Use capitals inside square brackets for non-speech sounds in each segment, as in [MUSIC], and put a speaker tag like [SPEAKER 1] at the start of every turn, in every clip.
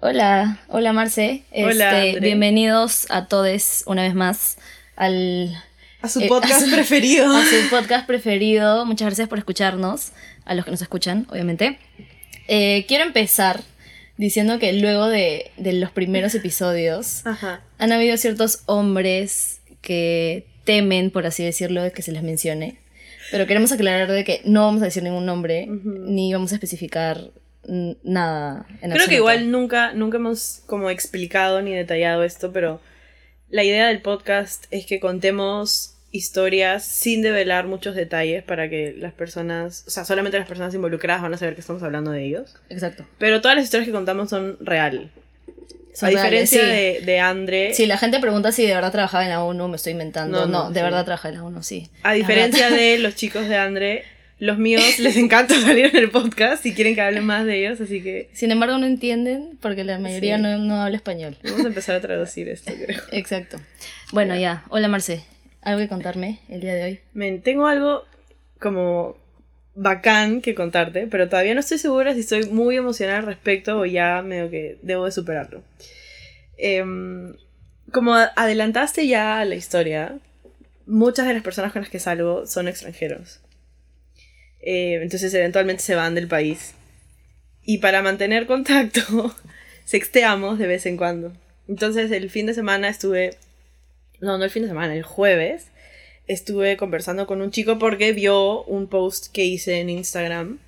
[SPEAKER 1] Hola, hola Marce.
[SPEAKER 2] Hola,
[SPEAKER 1] Este,
[SPEAKER 2] André.
[SPEAKER 1] bienvenidos a todos una vez más al
[SPEAKER 2] A su
[SPEAKER 1] Eh,
[SPEAKER 2] podcast preferido.
[SPEAKER 1] a su podcast preferido. Muchas gracias por escucharnos, a los que nos escuchan, obviamente. Eh, quiero empezar diciendo que luego de, de los primeros episodios
[SPEAKER 2] [LAUGHS] Ajá.
[SPEAKER 1] han habido ciertos hombres que temen, por así decirlo, de que se les mencione. Pero queremos aclarar de que no vamos a decir ningún nombre,
[SPEAKER 2] Ujú.
[SPEAKER 1] ni vamos a especificar mm, nada. En
[SPEAKER 2] Creo que
[SPEAKER 1] absoluto.
[SPEAKER 2] igual nunca, nunca hemos como explicado ni detallado esto, pero la idea del podcast es que contemos historias sin develar muchos detalles para que las personas, o sea, solamente las personas involucradas van a saber que estamos hablando de ellos.
[SPEAKER 1] Exacto.
[SPEAKER 2] Pero todas las historias que contamos son real.
[SPEAKER 1] Son
[SPEAKER 2] a
[SPEAKER 1] reales,
[SPEAKER 2] diferencia
[SPEAKER 1] sí.
[SPEAKER 2] de, de Andre,
[SPEAKER 1] Si la gente pregunta si de verdad trabajaba en la ONU, me estoy inventando. No,
[SPEAKER 2] No, no,
[SPEAKER 1] de
[SPEAKER 2] sí.
[SPEAKER 1] verdad trabajaba en la ONU, sí.
[SPEAKER 2] a
[SPEAKER 1] Es
[SPEAKER 2] diferencia de los chicos de Andre, los míos les encanta [LAUGHS] salir en el podcast y quieren que hablen más de ellos, así que
[SPEAKER 1] Sin embargo, no entienden porque la mayoría
[SPEAKER 2] Sí.
[SPEAKER 1] no, no habla español.
[SPEAKER 2] vamos a empezar a traducir esto, creo.
[SPEAKER 1] Exacto. Bueno, ya. Hola, Marce. ¿Algo que contarme el día de hoy?
[SPEAKER 2] Men, tengo algo como bacán que contarte, pero todavía no estoy segura si estoy muy emocionada al respecto o ya medio que debo de superarlo. Em, como a- adelantaste ya a la historia, muchas de las personas con las que salgo son extranjeros. Eh, entonces eventualmente se van del país. Y para mantener [LAUGHS] contacto, sexteamos de vez en cuando. Entonces el fin de semana estuve... No, no el fin de semana, el jueves estuve conversando con un chico porque vio un post que hice en Instagram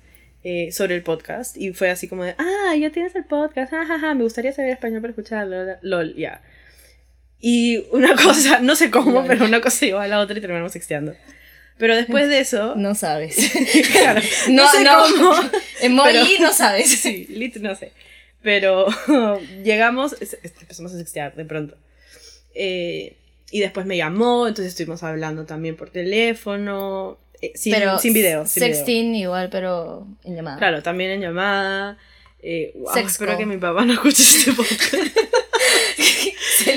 [SPEAKER 2] eh, sobre el podcast y fue así como de, ah, ya tienes el podcast, jajaja, me gustaría saber español para escucharlo, la- lol, ya. Y una [LAUGHS] cosa, no sé cómo,
[SPEAKER 1] Lol.
[SPEAKER 2] pero una cosa llevó a la otra y terminamos sexteando. Pero después de eso,
[SPEAKER 1] No sabes.
[SPEAKER 2] [LAUGHS] claro, no, sé cómo,
[SPEAKER 1] Emoji,
[SPEAKER 2] pero-
[SPEAKER 1] no sabes.
[SPEAKER 2] [LAUGHS] sí, lit, no sé. Pero [LAUGHS] llegamos, es- es- empezamos a sextear de pronto. Eh, y después me llamó, entonces estuvimos hablando también por teléfono, eh, sin,
[SPEAKER 1] pero
[SPEAKER 2] sin video. sin video.
[SPEAKER 1] Sexting igual, pero en llamada. [LAUGHS]
[SPEAKER 2] Claro, también en llamada. Eh, wow,
[SPEAKER 1] Sexco.
[SPEAKER 2] espero que mi papá no escuche este podcast.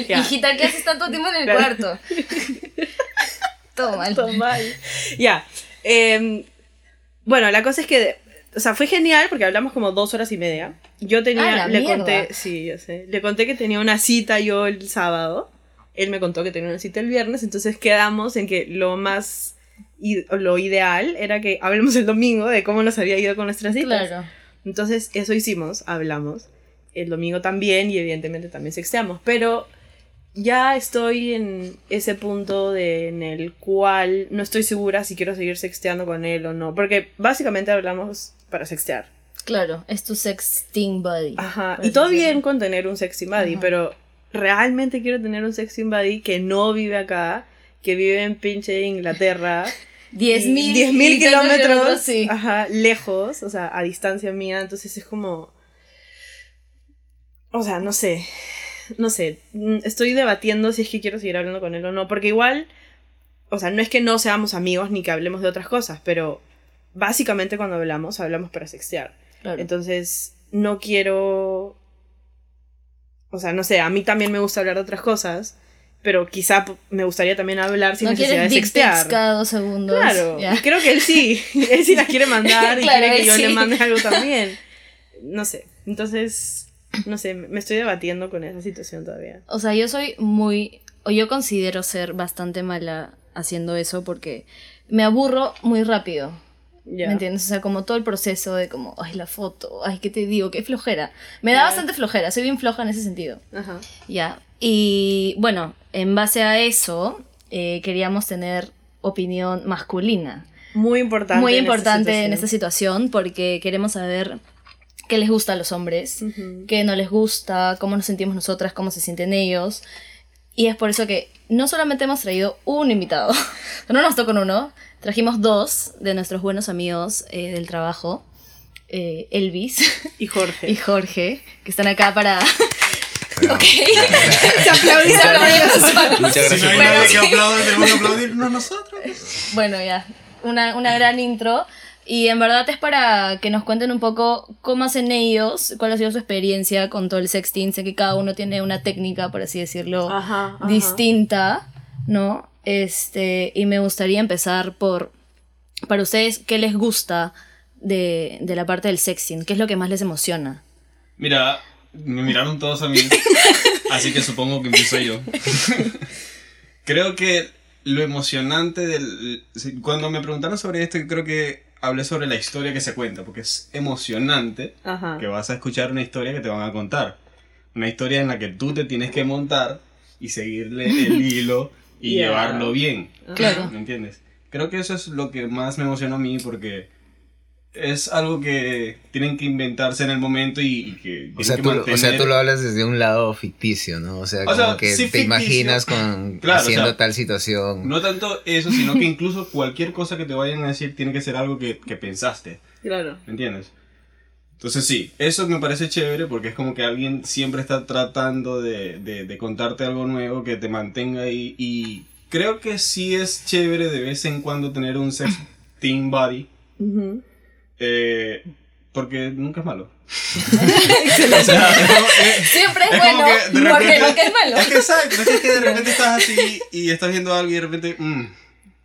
[SPEAKER 2] Ya.
[SPEAKER 1] Hijita, ¿qué haces tanto tiempo en el
[SPEAKER 2] Claro. [LAUGHS]
[SPEAKER 1] cuarto? Todo mal.
[SPEAKER 2] Todo mal. [LAUGHS] Ya. em, bueno, la cosa es que, o sea, fue genial porque hablamos como dos horas y media. Yo
[SPEAKER 1] Ah,
[SPEAKER 2] tenía,
[SPEAKER 1] la
[SPEAKER 2] le
[SPEAKER 1] mierda.
[SPEAKER 2] conté, sí, yo sé, le conté que tenía una cita yo el sábado. Él me contó que tenía una cita el viernes, entonces quedamos en que lo más, i- lo ideal era que hablemos el domingo de cómo nos había ido con nuestras citas.
[SPEAKER 1] Claro.
[SPEAKER 2] Entonces, eso hicimos, hablamos. El domingo también, y evidentemente también sexteamos. Pero ya estoy en ese punto de- en el cual no estoy segura si quiero seguir sexteando con él o no. Porque básicamente hablamos para sextear.
[SPEAKER 1] Claro, es tu sexting buddy.
[SPEAKER 2] Ajá.
[SPEAKER 1] por
[SPEAKER 2] Y
[SPEAKER 1] así
[SPEAKER 2] todo
[SPEAKER 1] decirlo.
[SPEAKER 2] bien con tener un sexy buddy,
[SPEAKER 1] Ajá.
[SPEAKER 2] pero realmente quiero tener un sexy buddy que no vive acá, que vive en pinche Inglaterra.
[SPEAKER 1] 10.000
[SPEAKER 2] 10.000 kilómetros Ah,
[SPEAKER 1] sí.
[SPEAKER 2] ajá, lejos, o sea, a distancia mía, entonces es como... O sea, no sé, no sé, mm, estoy debatiendo si es que quiero seguir hablando con él o no, porque igual, o sea, no es que no seamos amigos ni que hablemos de otras cosas, pero básicamente cuando hablamos, hablamos para sextear.
[SPEAKER 1] Claro.
[SPEAKER 2] Entonces, no quiero... O sea, no sé, a mí también me gusta hablar de otras cosas, pero quizá p- me gustaría también hablar sin
[SPEAKER 1] no
[SPEAKER 2] necesidad de
[SPEAKER 1] quieres dick pics
[SPEAKER 2] sextear.
[SPEAKER 1] cada dos segundos.
[SPEAKER 2] Claro,
[SPEAKER 1] Ya.
[SPEAKER 2] y creo que
[SPEAKER 1] [LAUGHS]
[SPEAKER 2] él sí, él sí las quiere mandar y
[SPEAKER 1] Claro,
[SPEAKER 2] quiere que
[SPEAKER 1] él
[SPEAKER 2] yo
[SPEAKER 1] sí.
[SPEAKER 2] le mande
[SPEAKER 1] [LAUGHS]
[SPEAKER 2] algo también. No sé, entonces, no sé, me estoy debatiendo con esa situación todavía.
[SPEAKER 1] O sea, yo soy muy. O yo considero ser bastante mala haciendo eso porque me aburro muy rápido.
[SPEAKER 2] Ya.
[SPEAKER 1] ¿Me entiendes? O sea, como todo el proceso de como, ay, la foto, ay, ¿qué te digo? Qué flojera. Me da
[SPEAKER 2] Ya.
[SPEAKER 1] bastante flojera, soy bien floja en ese sentido.
[SPEAKER 2] Ajá.
[SPEAKER 1] Ya. Y bueno, en base a eso, eh, queríamos tener opinión masculina.
[SPEAKER 2] Muy importante.
[SPEAKER 1] muy
[SPEAKER 2] en esta
[SPEAKER 1] importante en esta
[SPEAKER 2] situación.
[SPEAKER 1] situación porque queremos saber qué les gusta a los hombres,
[SPEAKER 2] Ujú.
[SPEAKER 1] qué no les gusta, cómo nos sentimos nosotras, cómo se sienten ellos. Y es por eso que no solamente hemos traído un invitado, [LAUGHS] no nos tocó uno, trajimos dos de nuestros buenos amigos eh, del trabajo, eh, Elvis [LAUGHS]
[SPEAKER 2] Y Jorge.
[SPEAKER 1] y Jorge, que están acá para... [LAUGHS]
[SPEAKER 3] Pero-
[SPEAKER 1] ok,
[SPEAKER 2] Se aplaudí, se aplaudí.
[SPEAKER 3] Muchas
[SPEAKER 4] Si no hay
[SPEAKER 3] gracias. por-
[SPEAKER 1] Bueno,
[SPEAKER 4] nadie
[SPEAKER 1] sí.
[SPEAKER 4] que aplaude, tenemos que aplaudirnos nosotros.
[SPEAKER 1] Bueno, ya. Una, una gran intro. Y en verdad es para que nos cuenten un poco cómo hacen ellos, cuál ha sido su experiencia con todo el sexting. Sé que cada uno tiene una técnica, por así decirlo,
[SPEAKER 2] Ajá, ajá.
[SPEAKER 1] distinta, ¿no? Este, y me gustaría empezar por, para ustedes, ¿qué les gusta de, de la parte del sexting? ¿Qué es lo que más les emociona?
[SPEAKER 3] Mira, Me miraron todos a mí. así que supongo que empiezo yo. creo que lo emocionante del. Cuando me preguntaron sobre esto, creo que hablé sobre la historia que se cuenta, porque es emocionante
[SPEAKER 2] Ajá.
[SPEAKER 3] que vas a escuchar una historia que te van a contar. Una historia en la que tú te tienes que montar y seguirle el hilo y
[SPEAKER 2] Yeah.
[SPEAKER 3] llevarlo bien.
[SPEAKER 2] Ajá.
[SPEAKER 1] Claro.
[SPEAKER 3] ¿Me entiendes? Creo que eso es lo que más me emocionó a mí porque es algo que tienen que inventarse en el momento y, y que
[SPEAKER 5] O
[SPEAKER 3] tienen
[SPEAKER 5] sea,
[SPEAKER 3] que
[SPEAKER 5] tú, lo- o sea,
[SPEAKER 3] mantener-
[SPEAKER 5] tú lo hablas desde un lado ficticio, ¿no? O sea,
[SPEAKER 3] O
[SPEAKER 5] como
[SPEAKER 3] sea,
[SPEAKER 5] que
[SPEAKER 3] sí
[SPEAKER 5] te
[SPEAKER 3] ficticio.
[SPEAKER 5] imaginas con
[SPEAKER 3] Claro, o
[SPEAKER 5] haciendo
[SPEAKER 3] sea,
[SPEAKER 5] tal situación.
[SPEAKER 3] No tanto eso, sino que incluso cualquier cosa que te vayan a decir tiene que ser algo que, que pensaste,
[SPEAKER 2] Claro.
[SPEAKER 3] ¿me entiendes? Entonces sí, eso me parece chévere porque es como que alguien siempre está tratando de, de- de contarte algo nuevo que te mantenga ahí y creo que sí es chévere de vez en cuando tener un sex team buddy
[SPEAKER 2] Ujú.
[SPEAKER 3] eh, porque nunca es
[SPEAKER 5] [LAUGHS]
[SPEAKER 3] malo. O
[SPEAKER 2] Excelente.
[SPEAKER 3] sea, es como- es-
[SPEAKER 1] Siempre es,
[SPEAKER 3] Es como
[SPEAKER 1] bueno,
[SPEAKER 3] que de
[SPEAKER 1] porque
[SPEAKER 3] repente-
[SPEAKER 1] nunca es
[SPEAKER 5] [LAUGHS]
[SPEAKER 1] malo.
[SPEAKER 3] es que exacto, es que de repente estás así y estás viendo algo y de repente... mm,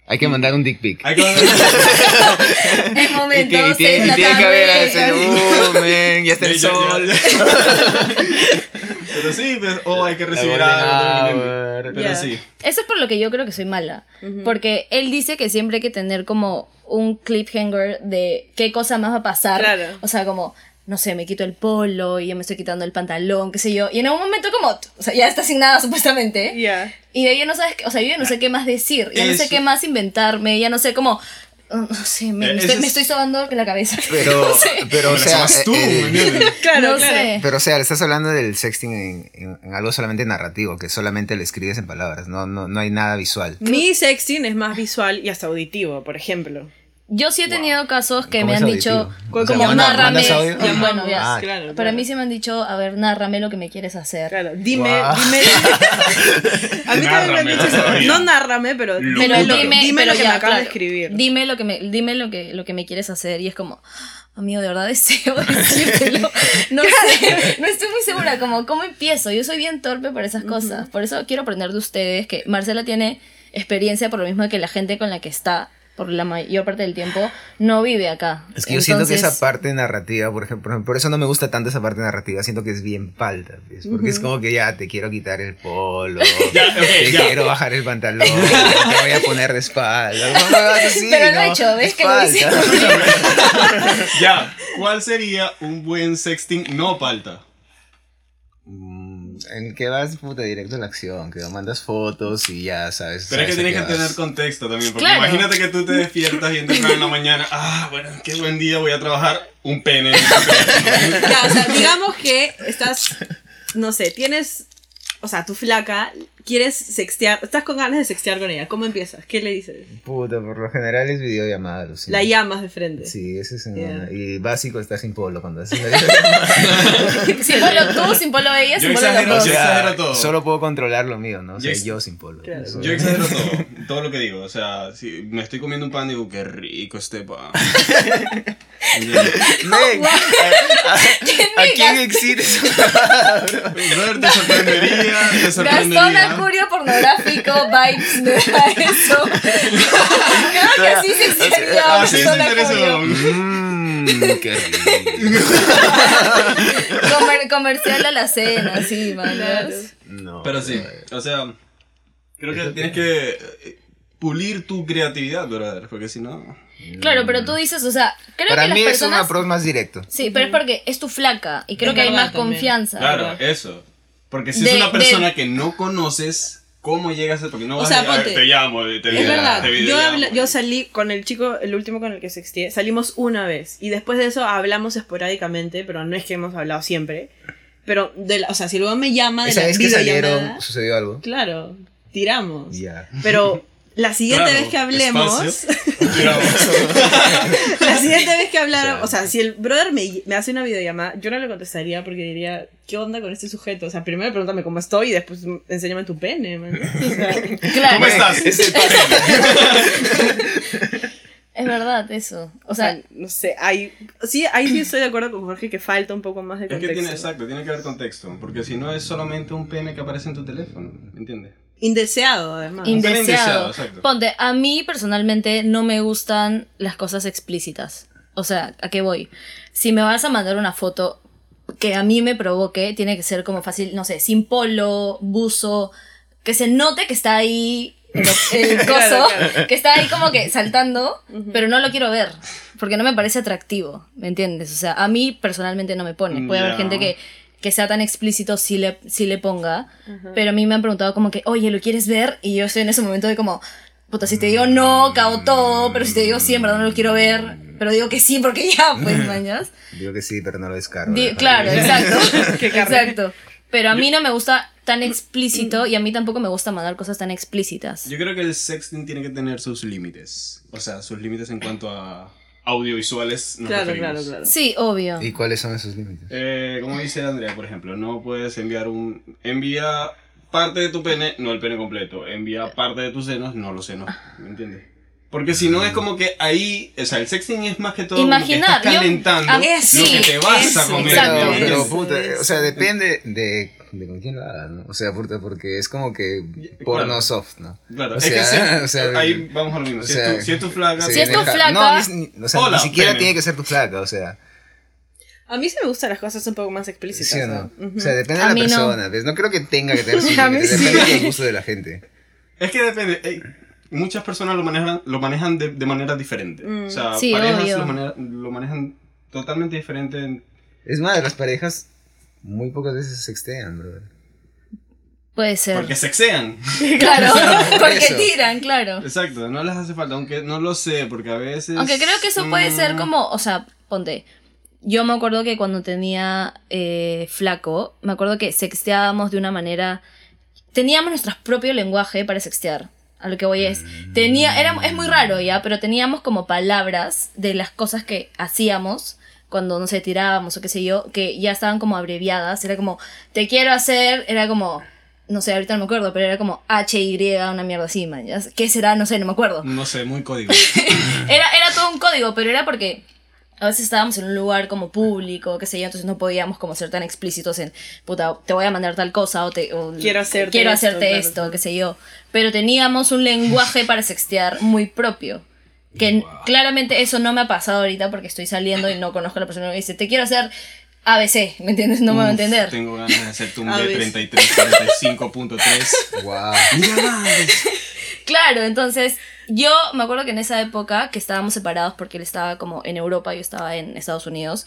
[SPEAKER 5] Hay que mandar un dick pic.
[SPEAKER 1] [LAUGHS]
[SPEAKER 3] hay que-
[SPEAKER 1] Es
[SPEAKER 5] Y
[SPEAKER 1] momento,
[SPEAKER 5] que, y tiene,
[SPEAKER 1] seis
[SPEAKER 5] y
[SPEAKER 1] de
[SPEAKER 5] tiene
[SPEAKER 1] la
[SPEAKER 5] que haber a
[SPEAKER 1] tarde.
[SPEAKER 5] ese, "Oh, man, ya
[SPEAKER 1] Este
[SPEAKER 5] está el
[SPEAKER 3] uh, [LAUGHS] Ya, ya,
[SPEAKER 5] sol.
[SPEAKER 3] ya. pero sí, pues, o hay que recibir
[SPEAKER 5] La
[SPEAKER 3] algo.
[SPEAKER 5] golden
[SPEAKER 3] de repente.
[SPEAKER 5] hour.
[SPEAKER 3] Pero
[SPEAKER 2] Ya.
[SPEAKER 3] sí.
[SPEAKER 1] Eso es por lo que yo creo que soy mala.
[SPEAKER 2] Ujú.
[SPEAKER 1] Porque él dice que siempre hay que tener como un cliffhanger de qué cosa más va a pasar.
[SPEAKER 2] Claro.
[SPEAKER 1] O sea, como, no sé, me quito el polo y ya me estoy quitando el pantalón, qué sé yo. Y en algún momento como, t- o sea, ya está sin nada [LAUGHS] supuestamente.
[SPEAKER 2] Ya.
[SPEAKER 1] Y de ahí ya no sabes, qué- o sea, yo ya no sé qué más decir, ya no sé
[SPEAKER 3] Eso.
[SPEAKER 1] qué más inventarme, ya no sé cómo... No sé, me,
[SPEAKER 3] Eh,
[SPEAKER 1] me
[SPEAKER 3] eso
[SPEAKER 1] estoy, me
[SPEAKER 3] es-
[SPEAKER 1] estoy sobando la cabeza.
[SPEAKER 5] [LAUGHS] Pero, pero, o
[SPEAKER 3] Pero
[SPEAKER 5] sea,
[SPEAKER 3] somos tú,
[SPEAKER 5] eh,
[SPEAKER 3] ¿me entiendes?
[SPEAKER 1] [LAUGHS]
[SPEAKER 2] Claro,
[SPEAKER 1] no
[SPEAKER 2] claro.
[SPEAKER 1] sé.
[SPEAKER 5] Pero o sea, le estás hablando del sexting en, en- en algo solamente narrativo, que solamente lo escribes en palabras, no, no, no hay nada visual.
[SPEAKER 2] Mi sexting es más visual y hasta auditivo, por ejemplo.
[SPEAKER 1] Yo sí he tenido casos que
[SPEAKER 5] ¿Cómo
[SPEAKER 1] me
[SPEAKER 5] es
[SPEAKER 1] han
[SPEAKER 5] auditivo?
[SPEAKER 1] dicho...
[SPEAKER 5] O sea,
[SPEAKER 2] Como
[SPEAKER 5] manda-
[SPEAKER 1] narrame,
[SPEAKER 5] mandas audio.
[SPEAKER 1] ya, bueno, ya.
[SPEAKER 5] Ah,
[SPEAKER 2] claro,
[SPEAKER 1] Para
[SPEAKER 2] claro.
[SPEAKER 1] mí se me han dicho, a ver, nárrame lo que me quieres hacer.
[SPEAKER 2] Claro, dime,
[SPEAKER 5] Guau. [LAUGHS]
[SPEAKER 2] dime. A mí también me han
[SPEAKER 3] Nárrame,
[SPEAKER 2] dicho eso.
[SPEAKER 3] todavía.
[SPEAKER 2] No narrame, pero
[SPEAKER 3] Pero
[SPEAKER 2] dime lo,
[SPEAKER 3] dime-
[SPEAKER 2] dime
[SPEAKER 1] pero
[SPEAKER 2] lo que
[SPEAKER 1] ya,
[SPEAKER 2] me acabas
[SPEAKER 1] claro.
[SPEAKER 2] de escribir.
[SPEAKER 1] Dime lo que me, dime lo que, lo que me quieres hacer. Y es como, amigo, de verdad deseo [LAUGHS] decírtelo. No sé, no estoy muy segura. Como, ¿cómo empiezo? Yo soy bien torpe para esas cosas. Por eso quiero aprender de ustedes que Marcela tiene experiencia por lo mismo que la gente con la que está por la mayor parte del tiempo no vive acá.
[SPEAKER 5] Es que yo siento que esa
[SPEAKER 1] Entonces,
[SPEAKER 5] parte narrativa, por ejemplo, por eso no me gusta tanto esa parte narrativa, siento que es bien palta, pues, porque es como que ya te quiero quitar el polo,
[SPEAKER 3] [LAUGHS] Ya, ok,
[SPEAKER 5] te
[SPEAKER 3] ya.
[SPEAKER 5] quiero bajar el pantalón, te voy a poner de espalda. no, no, no, sí,
[SPEAKER 1] [LAUGHS] Pero lo he
[SPEAKER 5] no,
[SPEAKER 1] hecho, ¿ves
[SPEAKER 5] es
[SPEAKER 1] que lo
[SPEAKER 5] palta.
[SPEAKER 1] hice?
[SPEAKER 3] Ya, ¿cuál sería un buen sexting no palta?
[SPEAKER 5] [LAUGHS] Mm, En que vas puta directo a la acción, que mandas fotos y ya sabes.
[SPEAKER 3] Pero es que
[SPEAKER 5] sabes a
[SPEAKER 3] tienes que
[SPEAKER 5] qué
[SPEAKER 3] tener
[SPEAKER 5] vas.
[SPEAKER 3] contexto también, porque
[SPEAKER 1] Claro.
[SPEAKER 3] imagínate que tú te despiertas bien temprano en la mañana, ah, bueno, qué buen día, voy a trabajar un pene.
[SPEAKER 2] Ya, o [LAUGHS] sea, digamos que estás, no sé, tienes, o sea, tu flaca, quieres sextear, estás con ganas de sextear con ella. ¿Cómo empiezas? ¿Qué le dices?
[SPEAKER 5] Puta, por lo general es videollamada, Lucía.
[SPEAKER 2] La llamas de frente.
[SPEAKER 5] Sí, ese es en
[SPEAKER 2] Ya.
[SPEAKER 5] una- Y básico estás sin polo
[SPEAKER 3] [LAUGHS]
[SPEAKER 5] cuando haces la
[SPEAKER 1] [LAUGHS]
[SPEAKER 5] videollamada.
[SPEAKER 1] sin polo tú, sin polo ella,
[SPEAKER 3] Yo
[SPEAKER 1] sin polo los
[SPEAKER 3] exagero,
[SPEAKER 5] O
[SPEAKER 1] dos.
[SPEAKER 3] yo-
[SPEAKER 5] sea,
[SPEAKER 3] exagero todo.
[SPEAKER 5] Solo puedo controlar lo mío, ¿no? O sea,
[SPEAKER 3] Yo ex-
[SPEAKER 5] yo sin polo.
[SPEAKER 2] Claro.
[SPEAKER 5] Eso-
[SPEAKER 3] Yo exagero todo, todo lo que digo, o sea, si me estoy comiendo un pan, digo, qué rico este pan.
[SPEAKER 5] Men, [LAUGHS] ¿a, a- a quién existe eso?
[SPEAKER 3] Brother, te sorprendería, te
[SPEAKER 1] Gastón
[SPEAKER 3] sorprendería.
[SPEAKER 1] Mercurio pornográfico, vibes, me da eso. Creo que así se extendió
[SPEAKER 3] Así es
[SPEAKER 1] Gastón Mercurio.
[SPEAKER 3] interesante.
[SPEAKER 5] Mmm, qué rico.
[SPEAKER 1] Comer- comercial a la cena, sí, man.
[SPEAKER 2] Claro.
[SPEAKER 5] No,
[SPEAKER 3] Pero sí, o sea, creo que tienes que eh, pulir tu creatividad, brother, porque si no...
[SPEAKER 1] Claro, pero tú dices, o sea, creo
[SPEAKER 5] Para
[SPEAKER 1] que las
[SPEAKER 5] mí es un
[SPEAKER 1] personas...
[SPEAKER 5] approach más directo.
[SPEAKER 1] Sí, pero es porque es tu flaca y creo
[SPEAKER 2] Es
[SPEAKER 1] que hay
[SPEAKER 2] verdad
[SPEAKER 1] más
[SPEAKER 2] también.
[SPEAKER 1] confianza.
[SPEAKER 3] Claro, eso. Porque si
[SPEAKER 1] De-
[SPEAKER 3] es una persona
[SPEAKER 1] de-
[SPEAKER 3] que no conoces, ¿cómo llegas a...? Porque no
[SPEAKER 2] O
[SPEAKER 3] vas
[SPEAKER 2] sea,
[SPEAKER 3] a llegar,
[SPEAKER 2] ponte-
[SPEAKER 3] te llamo, te video,
[SPEAKER 2] Es verdad,
[SPEAKER 3] te
[SPEAKER 2] yo,
[SPEAKER 3] video
[SPEAKER 2] habla- yo salí con el chico, el último con el que sexteé, salimos una vez y después de eso hablamos esporádicamente, pero no es que hemos hablado siempre. Pero, de la- o sea, si luego me llama de
[SPEAKER 5] Esa
[SPEAKER 2] la
[SPEAKER 5] vez que
[SPEAKER 2] videollamada,
[SPEAKER 5] salieron, sucedió algo.
[SPEAKER 2] claro,
[SPEAKER 1] Pues
[SPEAKER 2] tiramos.
[SPEAKER 5] Ya.
[SPEAKER 2] Pero la siguiente vez que hablemos, [LAUGHS] La siguiente vez que
[SPEAKER 3] [LAUGHS]
[SPEAKER 2] hablaron, o sea, si el brother me, me hace una videollamada, yo no le contestaría porque diría, ¿qué onda con este sujeto? O sea, primero pregúntame cómo estoy y después enséñame tu pene,
[SPEAKER 3] [LAUGHS]
[SPEAKER 2] man. O sea,
[SPEAKER 1] Claro,
[SPEAKER 2] [LAUGHS]
[SPEAKER 3] ¿Cómo estás?
[SPEAKER 1] es verdad eso. O
[SPEAKER 2] o sea,
[SPEAKER 1] sea,
[SPEAKER 2] no sé, hay, sí, ahí sí estoy de acuerdo con Jorge que falta un poco más de
[SPEAKER 3] Es que
[SPEAKER 2] contexto.
[SPEAKER 3] tiene, exacto, tiene que haber contexto, porque si no es solamente un pene que aparece en tu teléfono, ¿me entiendes?
[SPEAKER 2] Indeseado, además.
[SPEAKER 3] In- Nunca
[SPEAKER 1] indeseado.
[SPEAKER 3] indeseado, exacto.
[SPEAKER 1] Ponte, a mí personalmente no me gustan las cosas explícitas. O sea, ¿a qué voy? Si me vas a mandar una foto que a mí me provoque tiene que ser como fácil, no sé, sin polo, buzo, que se note que está ahí el, el coso,
[SPEAKER 2] Claro, claro.
[SPEAKER 1] que está ahí como que saltando,
[SPEAKER 2] Ujú.
[SPEAKER 1] pero no lo quiero ver, porque no me parece atractivo, ¿me entiendes? O sea, a mí personalmente no me pone. Puede haber
[SPEAKER 3] Ya.
[SPEAKER 1] gente que, que sea tan explícito si le, si le ponga,
[SPEAKER 2] Ajá.
[SPEAKER 1] pero a mí me han preguntado como que, oye, ¿lo quieres ver? Y yo estoy en ese momento de como, puta, si te digo no, cago todo, pero si te digo sí, en verdad no lo quiero ver, pero digo que sí porque ya, pues, mañas.
[SPEAKER 5] Digo que sí, pero no lo descargo.
[SPEAKER 1] Di-
[SPEAKER 5] ¿verdad?
[SPEAKER 1] claro, exacto.
[SPEAKER 2] Qué carne.
[SPEAKER 1] exacto. Pero a mí no me gusta tan explícito y a mí tampoco me gusta mandar cosas tan explícitas.
[SPEAKER 3] Yo creo que el sexting tiene que tener sus límites. O sea, sus límites en cuanto a audiovisuales. Nos
[SPEAKER 2] Claro,
[SPEAKER 3] referimos.
[SPEAKER 2] claro, claro.
[SPEAKER 1] Sí, obvio.
[SPEAKER 5] ¿Y cuáles son esos límites?
[SPEAKER 3] Eh, como dice Andrea, por ejemplo, no puedes enviar un. Envía parte de tu pene, no el pene completo. Envía parte de tus senos, no los senos. ¿Me entiendes? Porque si no es como que ahí, o sea, el sexting es más que todo como que
[SPEAKER 1] Imaginar,
[SPEAKER 3] estás
[SPEAKER 1] yo-
[SPEAKER 3] calentando
[SPEAKER 1] a-
[SPEAKER 3] lo
[SPEAKER 1] sí,
[SPEAKER 3] que te vas a
[SPEAKER 1] eso,
[SPEAKER 3] comer.
[SPEAKER 5] Pero,
[SPEAKER 1] exacto.
[SPEAKER 3] ¿me entiendes?
[SPEAKER 5] pero,
[SPEAKER 2] eso,
[SPEAKER 5] puta,
[SPEAKER 2] eso.
[SPEAKER 5] o sea, depende de, de con quién lo hagas, ¿no? O sea, puta, porque es como que porno
[SPEAKER 3] Claro.
[SPEAKER 5] soft, ¿no?
[SPEAKER 3] Claro,
[SPEAKER 5] O
[SPEAKER 3] es que
[SPEAKER 5] sea,
[SPEAKER 3] si-
[SPEAKER 5] [LAUGHS] o sea,
[SPEAKER 3] ahí vamos a lo mismo.
[SPEAKER 5] o
[SPEAKER 3] Si,
[SPEAKER 5] sea,
[SPEAKER 3] es tu, si es tu flaca,
[SPEAKER 5] Sí,
[SPEAKER 1] Si es tu
[SPEAKER 5] deja-
[SPEAKER 1] flaca-
[SPEAKER 5] No, ni, o sea,
[SPEAKER 3] Hola,
[SPEAKER 5] ni siquiera
[SPEAKER 3] pene.
[SPEAKER 5] tiene que ser tu flaca, o sea.
[SPEAKER 2] A mí sí me gustan las cosas un poco más explícitas.
[SPEAKER 5] ¿Sí o no?
[SPEAKER 2] ¿no? Ujú.
[SPEAKER 5] O sea, depende
[SPEAKER 1] A
[SPEAKER 5] de la
[SPEAKER 1] mí no.
[SPEAKER 5] persona, ¿ves? No creo que tenga que
[SPEAKER 1] [LAUGHS]
[SPEAKER 5] tener sus
[SPEAKER 2] A mí
[SPEAKER 5] límites,
[SPEAKER 2] sí.
[SPEAKER 5] depende del gusto de la gente.
[SPEAKER 3] Es que depende. eh, muchas personas lo manejan, lo manejan de, de manera diferente.
[SPEAKER 2] Mm.
[SPEAKER 3] O sea,
[SPEAKER 1] Sí,
[SPEAKER 3] parejas
[SPEAKER 1] obvio.
[SPEAKER 3] lo, manera- lo manejan totalmente diferente. en-
[SPEAKER 5] Es más, las parejas muy pocas veces sextean, brother.
[SPEAKER 1] Puede ser.
[SPEAKER 3] porque [LAUGHS] sexean.
[SPEAKER 1] [LAUGHS] Claro, porque
[SPEAKER 5] eso.
[SPEAKER 1] tiran, claro.
[SPEAKER 3] Exacto, no les hace falta, aunque no lo sé, porque a veces.
[SPEAKER 1] Aunque creo que eso puede ser
[SPEAKER 3] mm,
[SPEAKER 1] como, o sea, ponte. Yo me acuerdo que cuando tenía eh, flaco, me acuerdo que sexteábamos de una manera. Teníamos nuestro propio lenguaje para sextear. A lo que voy es. Tenía, era, es muy raro ya, pero teníamos como palabras de las cosas que hacíamos cuando no sé, tirábamos o qué sé yo, que ya estaban como abreviadas. Era como, te quiero hacer, era como. No sé, ahorita no me acuerdo, pero era como HY, una mierda así, man. ya- ¿Qué será? No sé, no me acuerdo.
[SPEAKER 3] No sé, muy código.
[SPEAKER 1] Era, era todo un código, pero era porque a veces estábamos en un lugar como público, qué sé yo, entonces no podíamos como ser tan explícitos en, puta, te voy a mandar tal cosa o te... o
[SPEAKER 2] Quiero hacerte
[SPEAKER 1] quiero
[SPEAKER 2] esto,
[SPEAKER 1] hacerte
[SPEAKER 2] claro.
[SPEAKER 1] esto, qué sé yo. Pero teníamos un lenguaje para sextear muy propio. Que n- claramente eso no me ha pasado ahorita porque estoy saliendo y no conozco a la persona que dice, te quiero hacer ABC, ¿me entiendes? [LAUGHS] No me va a
[SPEAKER 3] Uf,
[SPEAKER 1] entender.
[SPEAKER 3] Tengo ganas de hacerte
[SPEAKER 5] [LAUGHS]
[SPEAKER 3] un
[SPEAKER 1] [LAUGHS]
[SPEAKER 2] A veces.
[SPEAKER 3] B33, 45.3.
[SPEAKER 5] Wow.
[SPEAKER 1] Claro, entonces yo me acuerdo que en esa época que estábamos separados porque él estaba como en Europa, yo estaba en Estados Unidos,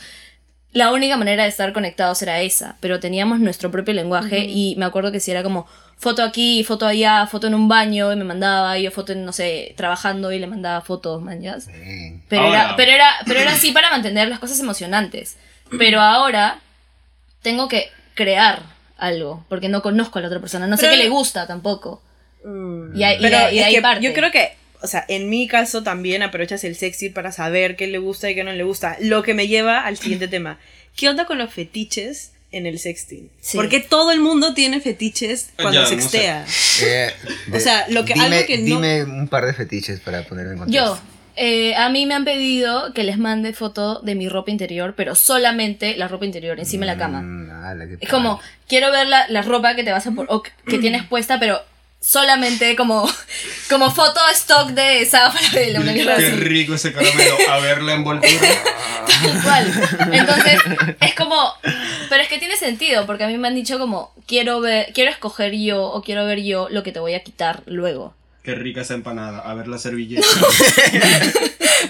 [SPEAKER 1] la única manera de estar conectados era esa, pero teníamos nuestro propio lenguaje y me acuerdo que si era como foto aquí, foto allá, foto en un baño y me mandaba, y yo foto en, no sé, trabajando y le mandaba fotos, manjas.
[SPEAKER 5] Bien.
[SPEAKER 1] Pero,
[SPEAKER 3] Ahora.
[SPEAKER 1] era, pero, era, pero era así para mantener las cosas emocionantes. Pero ahora tengo que crear algo, porque no conozco a la otra persona, no sé
[SPEAKER 2] Pero-
[SPEAKER 1] qué le gusta tampoco.
[SPEAKER 2] Mm.
[SPEAKER 1] Y, ahí- Eh, y
[SPEAKER 2] Pero
[SPEAKER 1] ahí- y
[SPEAKER 2] es
[SPEAKER 1] ahí
[SPEAKER 2] que
[SPEAKER 1] parte.
[SPEAKER 2] yo creo que, o sea, en mi caso también aprovechas el sexy para saber qué le gusta y qué no le gusta. Lo que me lleva al
[SPEAKER 1] [CLEARS THROAT]
[SPEAKER 2] siguiente tema. ¿Qué onda con los fetiches en el sexting?
[SPEAKER 1] Sí.
[SPEAKER 2] Porque todo el mundo tiene fetiches cuando
[SPEAKER 3] Ya, no
[SPEAKER 2] sextea. [LAUGHS]
[SPEAKER 5] Eh,
[SPEAKER 2] O sea, lo que-
[SPEAKER 5] dime,
[SPEAKER 2] algo que no-
[SPEAKER 5] Dime un par de fetiches para ponerme en contexto.
[SPEAKER 1] Yo, eh, a mí me han pedido que les mande foto de mi ropa interior, pero solamente la ropa interior, encima de la cama.
[SPEAKER 5] Mm, ala, qué
[SPEAKER 1] Es como, quiero ver la, la ropa que te vas a por, o que- que
[SPEAKER 3] [CLEARS THROAT]
[SPEAKER 1] tienes puesta, pero solamente como, como foto stock de [LAUGHS] Sábado Paralelo, una mierda
[SPEAKER 3] Qué
[SPEAKER 1] así.
[SPEAKER 3] rico ese caramelo. A ver la envoltura.
[SPEAKER 1] Tal cual. Entonces, es como. Pero es que tiene sentido, porque a mí me han dicho como, quiero ver, quiero escoger yo o quiero ver yo lo que te voy a quitar luego.
[SPEAKER 3] Qué rica esa empanada. A ver la
[SPEAKER 1] [LAUGHS]
[SPEAKER 3] servilleta.